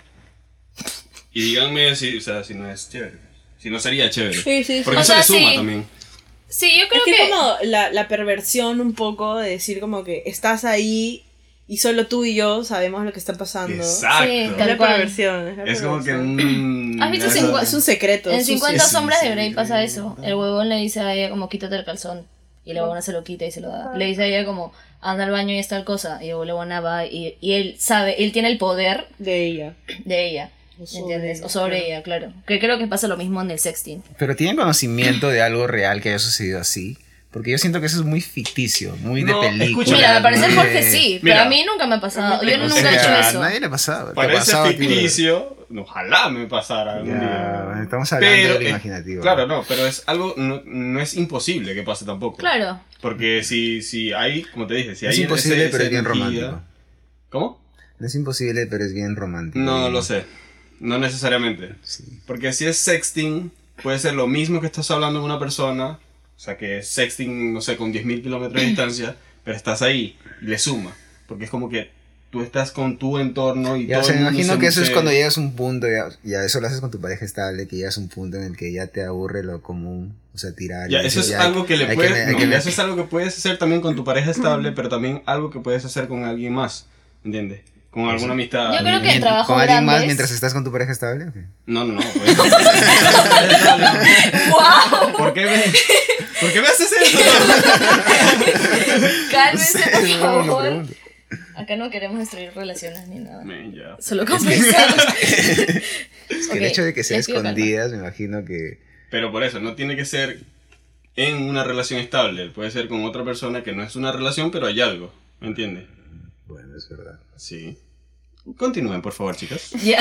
[SPEAKER 3] y díganme si, o sea, si no es chévere. Si no sería chévere.
[SPEAKER 2] Sí, sí, sí.
[SPEAKER 3] Porque
[SPEAKER 1] O
[SPEAKER 3] eso
[SPEAKER 1] sea,
[SPEAKER 3] le suma
[SPEAKER 1] sí.
[SPEAKER 3] también.
[SPEAKER 1] Sí, yo creo
[SPEAKER 2] es que,
[SPEAKER 1] que
[SPEAKER 2] es como la, la perversión un poco de decir como que estás ahí y solo tú y yo sabemos lo que está pasando.
[SPEAKER 3] Exacto.
[SPEAKER 1] Sí,
[SPEAKER 2] Es
[SPEAKER 1] tal
[SPEAKER 2] la
[SPEAKER 1] cual.
[SPEAKER 2] perversión. Es, la
[SPEAKER 3] Es como que
[SPEAKER 2] perversión.
[SPEAKER 3] un.
[SPEAKER 1] ¿Has visto
[SPEAKER 3] eso-
[SPEAKER 1] cincu-
[SPEAKER 2] Es un secreto.
[SPEAKER 1] En
[SPEAKER 2] es un
[SPEAKER 1] 50
[SPEAKER 3] sí,
[SPEAKER 1] sombras
[SPEAKER 3] sí,
[SPEAKER 1] de Grey
[SPEAKER 3] sí,
[SPEAKER 1] pasa
[SPEAKER 3] sí,
[SPEAKER 1] eso.
[SPEAKER 3] sí.
[SPEAKER 1] El huevón le dice a ella como quítate el calzón. Y la huevona se lo quita y se lo da. Le dice a ella como, anda al baño y es tal cosa. Y la huevona va y, y él sabe, él tiene el poder
[SPEAKER 2] de ella.
[SPEAKER 1] de ella.
[SPEAKER 2] O sobre
[SPEAKER 1] ¿Entiendes?
[SPEAKER 2] ella,
[SPEAKER 1] o sobre
[SPEAKER 2] claro.
[SPEAKER 1] ella, claro. Que creo que pasa lo mismo en el sexting.
[SPEAKER 5] Pero tienen conocimiento de algo real que haya sucedido así. Porque yo siento que eso es muy ficticio, muy
[SPEAKER 3] No,
[SPEAKER 5] de película.
[SPEAKER 3] escucha,
[SPEAKER 1] Mira, al
[SPEAKER 5] muy
[SPEAKER 1] parecer
[SPEAKER 5] de-
[SPEAKER 1] Jorge sí,
[SPEAKER 3] Mira.
[SPEAKER 1] pero a mí nunca me ha pasado. Yo
[SPEAKER 5] O
[SPEAKER 1] nunca
[SPEAKER 5] sea,
[SPEAKER 1] he hecho
[SPEAKER 5] a
[SPEAKER 1] eso.
[SPEAKER 5] nadie le pasaba. ¿Te
[SPEAKER 3] Parece
[SPEAKER 5] pasaba a ti, güey?
[SPEAKER 3] ficticio. Ojalá me pasara algún
[SPEAKER 5] Ya,
[SPEAKER 3] día.
[SPEAKER 5] estamos hablando de lo
[SPEAKER 3] eh,
[SPEAKER 5] imaginativo.
[SPEAKER 3] Claro, no, pero es algo, no, no es imposible que pase tampoco.
[SPEAKER 5] [LAUGHS]
[SPEAKER 1] Claro.
[SPEAKER 3] Porque si, si hay, como te dije, si hay
[SPEAKER 5] es
[SPEAKER 3] ese-
[SPEAKER 5] imposible,
[SPEAKER 3] esa
[SPEAKER 5] pero es bien
[SPEAKER 3] energía-
[SPEAKER 5] romántico.
[SPEAKER 3] ¿Cómo?
[SPEAKER 5] No es imposible, pero es bien romántico.
[SPEAKER 3] No, lo sé. No necesariamente.
[SPEAKER 5] Sí.
[SPEAKER 3] Porque si es sexting, puede ser lo mismo que estás hablando con una persona, o sea, que es sexting, no sé, con 10.000 kilómetros de distancia, pero estás ahí, y le suma. Porque es como que tú estás con tu entorno y
[SPEAKER 5] Ya,
[SPEAKER 3] todo
[SPEAKER 5] o sea,
[SPEAKER 3] el
[SPEAKER 5] me
[SPEAKER 3] mundo
[SPEAKER 5] imagino
[SPEAKER 3] se
[SPEAKER 5] que eso es
[SPEAKER 3] mete-
[SPEAKER 5] cuando llegas a un punto, ya, ya eso lo haces con tu pareja estable, que llegas a un punto en el que ya te aburre lo común, o sea, tirar. y
[SPEAKER 3] Ya, eso
[SPEAKER 5] dices,
[SPEAKER 3] es
[SPEAKER 5] ya,
[SPEAKER 3] algo que
[SPEAKER 5] hay
[SPEAKER 3] le
[SPEAKER 5] que
[SPEAKER 3] puedes...
[SPEAKER 5] me- hay
[SPEAKER 3] no,
[SPEAKER 5] que me-
[SPEAKER 3] eso es algo que puedes hacer también con tu pareja estable, pero también algo que puedes hacer con alguien más, ¿entiendes? Con
[SPEAKER 5] Pues
[SPEAKER 3] alguna amistad.
[SPEAKER 1] Yo creo que en
[SPEAKER 5] Mien-
[SPEAKER 1] trabajos
[SPEAKER 5] ¿Con alguien más
[SPEAKER 1] grandes-
[SPEAKER 5] mientras estás con tu pareja estable? ¿o qué?
[SPEAKER 3] No, no, no. pues.
[SPEAKER 1] ¡Wow!
[SPEAKER 5] [LAUGHS]
[SPEAKER 3] ¿Por qué me, ¿Por qué me haces eso?
[SPEAKER 2] [LAUGHS]
[SPEAKER 1] Cálmense,
[SPEAKER 5] No sé,
[SPEAKER 1] por
[SPEAKER 5] [LAUGHS] es como una
[SPEAKER 1] favor.
[SPEAKER 5] pregunta.
[SPEAKER 1] Acá no queremos destruir relaciones ni nada.
[SPEAKER 3] Man, ya.
[SPEAKER 1] Solo conversamos.
[SPEAKER 5] Es que el hecho de que sea escondidas, me imagino que.
[SPEAKER 3] Pero por eso, no tiene que ser en una relación estable. Puede ser con otra persona que no es una relación, pero hay algo. ¿Me entiendes?
[SPEAKER 5] Bueno, es verdad.
[SPEAKER 3] Sí. Continúen, por favor, chicas.
[SPEAKER 5] [LAUGHS]
[SPEAKER 1] Ya.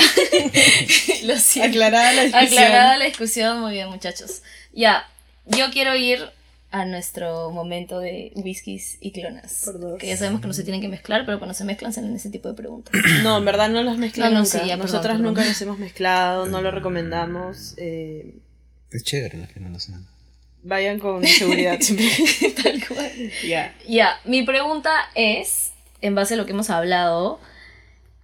[SPEAKER 1] Lo siento.
[SPEAKER 2] Aclarada la discusión.
[SPEAKER 1] Aclarada la discusión, muy bien, muchachos. Ya, yo quiero ir a nuestro momento de whiskies y clonas.
[SPEAKER 2] Por dos.
[SPEAKER 1] Que ya sabemos que no se tienen que mezclar, pero cuando se mezclan salen ese tipo de preguntas.
[SPEAKER 2] No, en verdad no las mezclamos
[SPEAKER 1] No, no,
[SPEAKER 2] nunca.
[SPEAKER 1] sí, ya, perdón,
[SPEAKER 2] Nosotras
[SPEAKER 1] perdón.
[SPEAKER 2] nunca nos hemos mezclado, no lo recomendamos. eh,
[SPEAKER 5] Es chévere, ¿no? Que no lo sean.
[SPEAKER 1] [LAUGHS]
[SPEAKER 2] vayan con seguridad siempre.
[SPEAKER 1] Tal cual.
[SPEAKER 2] Ya.
[SPEAKER 1] Ya, mi pregunta es, en base a lo que hemos hablado,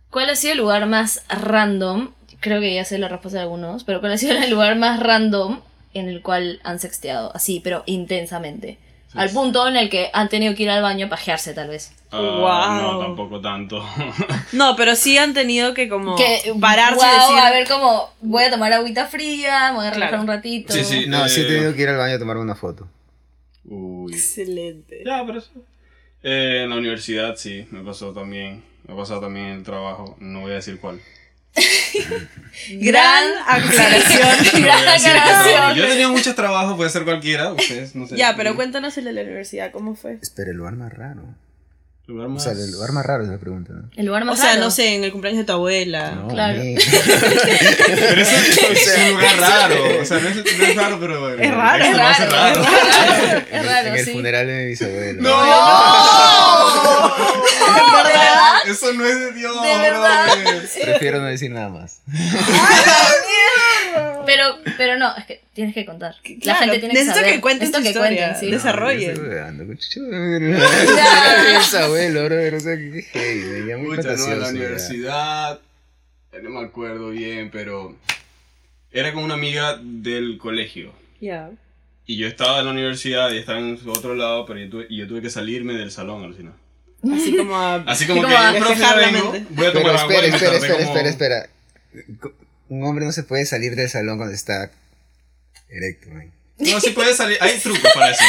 [SPEAKER 1] ¿cuál ha sido el lugar más random? Creo que ya sé la respuesta de algunos, pero ¿cuál ha sido [LAUGHS] el lugar más random en el cual han sexteado? Así, pero intensamente. Al punto en el que han tenido que ir al baño a pajearse, tal vez.
[SPEAKER 3] Ah,
[SPEAKER 2] Wow.
[SPEAKER 3] No, tampoco tanto. [LAUGHS]
[SPEAKER 2] No, pero sí han tenido que como
[SPEAKER 1] que
[SPEAKER 2] pararse y
[SPEAKER 1] wow,
[SPEAKER 2] decir,
[SPEAKER 1] a ver cómo voy a tomar agüita fría, me voy a relajar
[SPEAKER 2] Claro.
[SPEAKER 1] un ratito.
[SPEAKER 3] Sí, sí.
[SPEAKER 5] No, sí
[SPEAKER 3] Eh,
[SPEAKER 5] te digo que ir al baño a tomar una foto.
[SPEAKER 3] Uy.
[SPEAKER 2] Excelente.
[SPEAKER 3] Ya, pero eso. Eh, en la universidad sí, me pasó también. Me ha pasado también en el trabajo. No voy a decir
[SPEAKER 2] [LAUGHS]
[SPEAKER 3] cuál.
[SPEAKER 2] Gran [LAUGHS]
[SPEAKER 1] [LAUGHS]
[SPEAKER 2] aclaración.
[SPEAKER 3] No voy a
[SPEAKER 1] Gran
[SPEAKER 3] decir qué
[SPEAKER 1] aclaración.
[SPEAKER 3] trabajo. Yo tenía muchos trabajos, puede ser cualquiera. Ustedes, no sé.
[SPEAKER 2] ya, pero cuéntanos el de la universidad, ¿cómo fue?
[SPEAKER 5] Espera, el lugar más raro.
[SPEAKER 3] Lugar
[SPEAKER 5] O
[SPEAKER 3] más-
[SPEAKER 5] sea, el lugar más raro es la pregunta, ¿no?
[SPEAKER 1] El lugar
[SPEAKER 2] O
[SPEAKER 1] más
[SPEAKER 2] sea,
[SPEAKER 1] raro.
[SPEAKER 2] no sé, en el cumpleaños de tu abuela.
[SPEAKER 5] No,
[SPEAKER 1] Claro. [LAUGHS]
[SPEAKER 5] man.
[SPEAKER 3] Pero eso
[SPEAKER 5] [LAUGHS]
[SPEAKER 3] es un lugar raro. O sea, no es, no es raro, pero bueno.
[SPEAKER 2] Es raro,
[SPEAKER 1] Es
[SPEAKER 3] lo hace
[SPEAKER 1] raro,
[SPEAKER 3] raro.
[SPEAKER 1] es raro,
[SPEAKER 5] En
[SPEAKER 1] [LAUGHS] es
[SPEAKER 5] el-
[SPEAKER 1] raro,
[SPEAKER 5] en el
[SPEAKER 1] sí.
[SPEAKER 5] funeral de mi bisabuelo.
[SPEAKER 3] ¡No!
[SPEAKER 1] verdad?
[SPEAKER 3] Eso no es de Dios,
[SPEAKER 1] De verdad.
[SPEAKER 3] brother.
[SPEAKER 5] Prefiero no decir nada más.
[SPEAKER 1] Pero, pero no, es que tienes que contar. La
[SPEAKER 2] Claro,
[SPEAKER 1] gente tiene que
[SPEAKER 2] necesito
[SPEAKER 1] saber.
[SPEAKER 2] que cuentes
[SPEAKER 1] Necesito
[SPEAKER 2] tu
[SPEAKER 1] que
[SPEAKER 2] historia.
[SPEAKER 1] cuenten, sí.
[SPEAKER 2] De esa- Desarrolle.
[SPEAKER 5] No, yo estoy jugando, cuchucho.
[SPEAKER 1] [LAUGHS]
[SPEAKER 5] [LAUGHS] Mi bisabuelo, brother, o sea, que hey, me llama muy
[SPEAKER 3] Pucha, no, en la
[SPEAKER 5] fantasioso, ya.
[SPEAKER 3] universidad. eh, No me acuerdo bien, pero. Era con una amiga del colegio.
[SPEAKER 2] Ya.
[SPEAKER 3] Y yo estaba en la universidad y estaba en otro lado, pero yo tuve, y yo tuve que salirme del salón al final.
[SPEAKER 2] Así como a...
[SPEAKER 3] Así como
[SPEAKER 1] Como
[SPEAKER 3] que,
[SPEAKER 1] a
[SPEAKER 3] profe,
[SPEAKER 2] despejar la
[SPEAKER 3] vengo,
[SPEAKER 2] mente.
[SPEAKER 3] voy a
[SPEAKER 5] Pero
[SPEAKER 3] tomar agua
[SPEAKER 5] espera,
[SPEAKER 3] y me
[SPEAKER 5] espera,
[SPEAKER 3] tardé
[SPEAKER 5] espera,
[SPEAKER 3] como-
[SPEAKER 5] espera, espera. Un hombre no se puede salir del salón cuando está erecto, man.
[SPEAKER 3] No, sí puede salir, hay trucos para eso.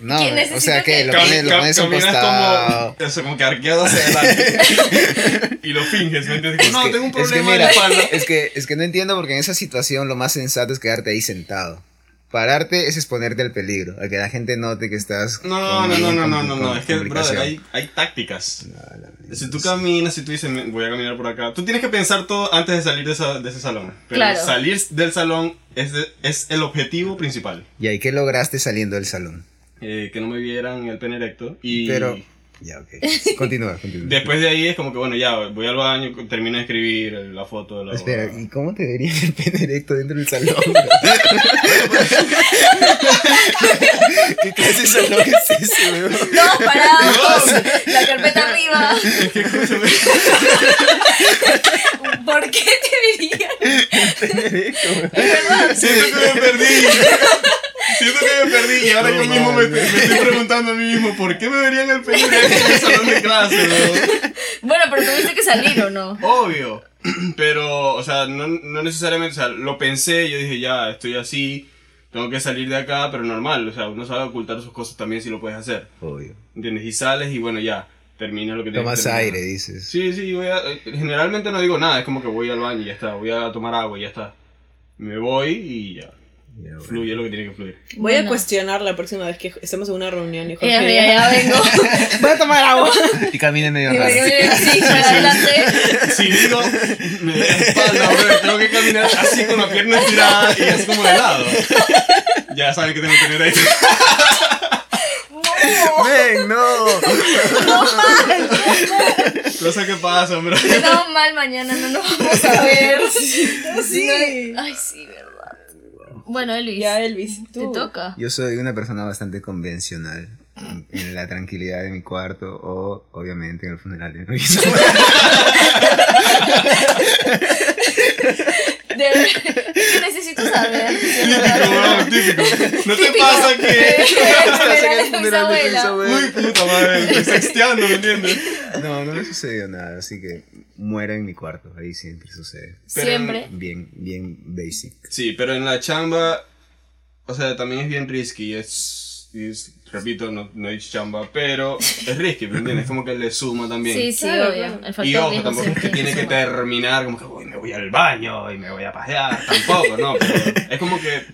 [SPEAKER 5] No,
[SPEAKER 1] Que
[SPEAKER 5] man, o sea
[SPEAKER 1] necesita
[SPEAKER 5] que
[SPEAKER 1] que-
[SPEAKER 5] lo
[SPEAKER 3] Cam-
[SPEAKER 5] pones, lo
[SPEAKER 3] cam-
[SPEAKER 5] pones a un
[SPEAKER 3] caminas
[SPEAKER 5] costado.
[SPEAKER 3] como, eso, como que arqueado hacia adelante.
[SPEAKER 5] [LAUGHS]
[SPEAKER 3] y lo finges, ¿me entiendes?
[SPEAKER 5] Es
[SPEAKER 3] no,
[SPEAKER 5] que-
[SPEAKER 3] tengo un
[SPEAKER 5] es que
[SPEAKER 3] problema en
[SPEAKER 5] mira,
[SPEAKER 3] la espalda.
[SPEAKER 5] [LAUGHS] Es que, es que no entiendo porque en esa situación lo más sensato es quedarte ahí sentado. Pararte es exponerte al peligro, a que la gente note que estás.
[SPEAKER 3] No,
[SPEAKER 5] con-
[SPEAKER 3] no, no, no,
[SPEAKER 5] con-
[SPEAKER 3] no, no,
[SPEAKER 5] con
[SPEAKER 3] no, es que, brother,
[SPEAKER 5] complicación.
[SPEAKER 3] hay, hay tácticas.
[SPEAKER 5] A la mierda,
[SPEAKER 3] Si tú
[SPEAKER 5] sí.
[SPEAKER 3] caminas, si tú dices, "Me- voy a caminar por acá, tú tienes que pensar todo antes de salir de, esa- de ese salón. Pero
[SPEAKER 1] Claro.
[SPEAKER 3] salir del salón es, de- es el objetivo principal.
[SPEAKER 5] ¿Y ahí qué lograste saliendo del salón?
[SPEAKER 3] Eh, que no me vieran el pene erecto. Y
[SPEAKER 5] Pero. Ya, ok. Continúa, continúa.
[SPEAKER 3] después de ahí es como que, bueno, ya voy al baño, termino de escribir la foto de la
[SPEAKER 5] Espera, ¿y cómo te verían el pene directo dentro
[SPEAKER 3] [LAUGHS]
[SPEAKER 5] del salón? bro? ¿Qué clase de salón es ese, weón?
[SPEAKER 1] Todos parados, la carpeta arriba.
[SPEAKER 3] Es que escúchame.
[SPEAKER 1] ¿Por qué te dirían?
[SPEAKER 3] Siento que me
[SPEAKER 5] [LAUGHS]
[SPEAKER 3] perdí. Siento que me perdí y ahora
[SPEAKER 5] No,
[SPEAKER 3] yo mismo me,
[SPEAKER 5] man.
[SPEAKER 3] me estoy preguntando a mí mismo por qué me verían el pene erecto en el salón de clase, ¿no?
[SPEAKER 1] Bueno, pero tuviste que salir o no.
[SPEAKER 3] Obvio. Pero, o sea, no, no necesariamente, o sea, lo pensé, yo dije, ya, estoy así, tengo que salir de acá, pero normal, o sea, uno sabe ocultar sus cosas también si lo puedes hacer,
[SPEAKER 5] Obvio.
[SPEAKER 3] ¿entiendes? Y sales y bueno, ya, terminas lo que tienes que
[SPEAKER 5] Tomas
[SPEAKER 3] terminar.
[SPEAKER 5] aire, dices.
[SPEAKER 3] Sí, sí, voy a- eh, generalmente no digo nada, es como que voy al baño y ya está, voy a tomar agua y ya está. Me voy y ya,
[SPEAKER 5] Ya, bueno.
[SPEAKER 3] fluye lo que tiene que fluir.
[SPEAKER 2] Voy a
[SPEAKER 1] Bueno.
[SPEAKER 2] cuestionar la próxima vez que estemos en una reunión y
[SPEAKER 1] Eh,
[SPEAKER 2] Jorge
[SPEAKER 1] ya, ya vengo.
[SPEAKER 2] Voy a tomar agua.
[SPEAKER 5] Y camina medio
[SPEAKER 1] Y me
[SPEAKER 5] raro.
[SPEAKER 1] digo, sí, para adelante.
[SPEAKER 3] Si digo, me da espalda, bro, tengo que caminar así con la pierna estirada y así como de lado. Ya saben que tengo que tener ahí.
[SPEAKER 5] ¡Ven, no!
[SPEAKER 3] Cosa que pasa, bro.
[SPEAKER 1] No, mal, mañana no nos vamos a [LAUGHS] ver.
[SPEAKER 2] sí.
[SPEAKER 1] Ay, sí, verdad. Bueno, Elvis,
[SPEAKER 2] Ya, Elvis,
[SPEAKER 1] te
[SPEAKER 2] tú.
[SPEAKER 5] [LAUGHS]
[SPEAKER 1] toca.
[SPEAKER 5] Yo soy una persona bastante convencional. en- En la tranquilidad de mi cuarto o, obviamente, en el funeral de mi
[SPEAKER 1] De- ¿Qué necesito saber?
[SPEAKER 3] Típico, bro, típico. ¿No te pasa que.?
[SPEAKER 1] que?
[SPEAKER 5] Funeral de mis
[SPEAKER 1] abuela.
[SPEAKER 5] abuelos.
[SPEAKER 3] Uy, puta madre, estoy sexteando, ¿me entiendes?
[SPEAKER 5] No, no me sucedió nada, así que muero en mi cuarto. Ahí siempre sucede.
[SPEAKER 1] Siempre.
[SPEAKER 5] Bien, bien basic.
[SPEAKER 3] Sí, pero en la chamba, o sea, también es bien risky, es, es- repito, no, no es chamba, pero es risky, ¿me entiendes? Como que le suma también.
[SPEAKER 1] Sí, sí,
[SPEAKER 2] Claro,
[SPEAKER 1] obvio.
[SPEAKER 2] claro.
[SPEAKER 1] El
[SPEAKER 3] y
[SPEAKER 1] factor
[SPEAKER 3] ojo,
[SPEAKER 1] riesgo
[SPEAKER 3] tampoco es que
[SPEAKER 1] siempre
[SPEAKER 3] tiene que
[SPEAKER 1] suma.
[SPEAKER 3] terminar como que "Uy, me voy al baño y me voy a pasear, tampoco, no, pero es como que,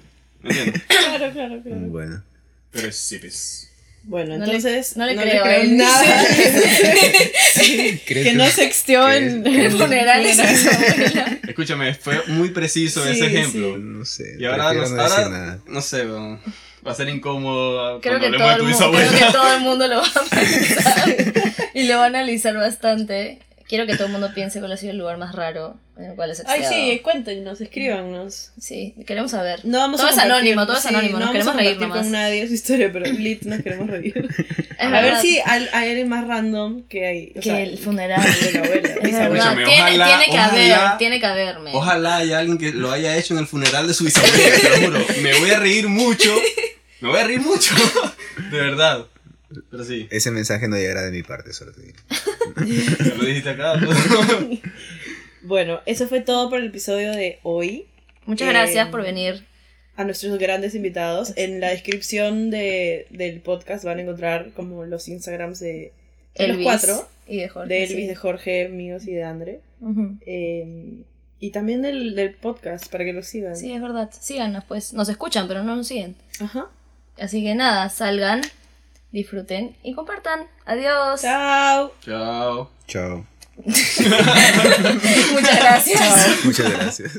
[SPEAKER 3] ¿me entiendes?
[SPEAKER 2] Claro, claro, claro.
[SPEAKER 5] Bueno.
[SPEAKER 3] Pero es pues, zipes.
[SPEAKER 2] Bueno,
[SPEAKER 1] No le-
[SPEAKER 2] entonces.
[SPEAKER 1] no le creo ¿eh? a Elvis. [LAUGHS]
[SPEAKER 2] nada. [LAUGHS]
[SPEAKER 5] ¿Crees
[SPEAKER 2] que no sexteó en
[SPEAKER 5] que-
[SPEAKER 2] en
[SPEAKER 1] Funerales a su abuela.
[SPEAKER 3] Escúchame, fue muy preciso
[SPEAKER 2] Sí,
[SPEAKER 3] ese ejemplo.
[SPEAKER 5] No sé.
[SPEAKER 3] Y ahora,
[SPEAKER 5] prefiero
[SPEAKER 3] nos-
[SPEAKER 5] no decir
[SPEAKER 3] ahora
[SPEAKER 5] nada.
[SPEAKER 3] no sé, weón, va a ser incómodo
[SPEAKER 1] Creo
[SPEAKER 3] cuando
[SPEAKER 1] que,
[SPEAKER 3] hablemos
[SPEAKER 1] todo
[SPEAKER 3] de
[SPEAKER 1] el
[SPEAKER 3] tu
[SPEAKER 1] mundo, creo
[SPEAKER 3] bisabuela.
[SPEAKER 1] que
[SPEAKER 3] [LAUGHS]
[SPEAKER 1] todo el mundo lo va a pensar [LAUGHS] y lo va a analizar bastante. Quiero que todo el mundo piense cuál ha sido el lugar más raro en el cual es
[SPEAKER 2] Ay, sí, cuéntenos, escríbanos.
[SPEAKER 1] Sí, queremos saber.
[SPEAKER 2] No vamos
[SPEAKER 1] Todo
[SPEAKER 2] a
[SPEAKER 1] es
[SPEAKER 2] compartir-
[SPEAKER 1] anónimo, todo es
[SPEAKER 2] sí,
[SPEAKER 1] anónimo, nos
[SPEAKER 2] no
[SPEAKER 1] queremos
[SPEAKER 2] vamos a
[SPEAKER 1] reír
[SPEAKER 2] compartir
[SPEAKER 1] nomás.
[SPEAKER 2] con nadie su historia, pero Lit nos
[SPEAKER 1] [LAUGHS]
[SPEAKER 2] queremos reír.
[SPEAKER 1] Es
[SPEAKER 2] a ver
[SPEAKER 1] verdad
[SPEAKER 2] si al- hay alguien más random que hay. o
[SPEAKER 1] que
[SPEAKER 2] sea,
[SPEAKER 1] el
[SPEAKER 2] [LAUGHS]
[SPEAKER 1] funeral.
[SPEAKER 2] de la abuela,
[SPEAKER 1] Es
[SPEAKER 2] bisabuela.
[SPEAKER 1] verdad,
[SPEAKER 3] Escúchame,
[SPEAKER 1] tiene,
[SPEAKER 3] ojalá-
[SPEAKER 1] tiene que haber,
[SPEAKER 3] ojalá-
[SPEAKER 1] tiene que haberme.
[SPEAKER 3] Ojalá haya alguien que lo haya hecho en el funeral de su bisabuela, te lo juro. Me voy a reír mucho. Me voy a reír mucho. [LAUGHS] De verdad. Pero sí,
[SPEAKER 5] Ese mensaje no llegará de mi parte, solo te digo.
[SPEAKER 3] ya lo dijiste acá. [LAUGHS] ¿no?
[SPEAKER 2] Bueno, eso fue todo por el episodio de hoy.
[SPEAKER 1] Muchas
[SPEAKER 2] Eh,
[SPEAKER 1] gracias por venir.
[SPEAKER 2] a nuestros grandes invitados. En la descripción de, del podcast van a encontrar como los Instagrams de, de los
[SPEAKER 1] Elvis
[SPEAKER 2] cuatro.
[SPEAKER 1] y de Jorge.
[SPEAKER 2] De Elvis,
[SPEAKER 1] sí.
[SPEAKER 2] de Jorge, míos y de Andre.
[SPEAKER 1] Ujú.
[SPEAKER 2] Eh, y también del, del podcast para que lo sigan.
[SPEAKER 1] Sí, es verdad. Síganos, pues. Nos escuchan, pero no nos siguen.
[SPEAKER 2] Ajá.
[SPEAKER 1] Así que nada, salgan, disfruten y compartan. Adiós.
[SPEAKER 2] Chao.
[SPEAKER 3] Chao.
[SPEAKER 5] Chao.
[SPEAKER 1] [LAUGHS] Muchas gracias.
[SPEAKER 5] Muchas gracias.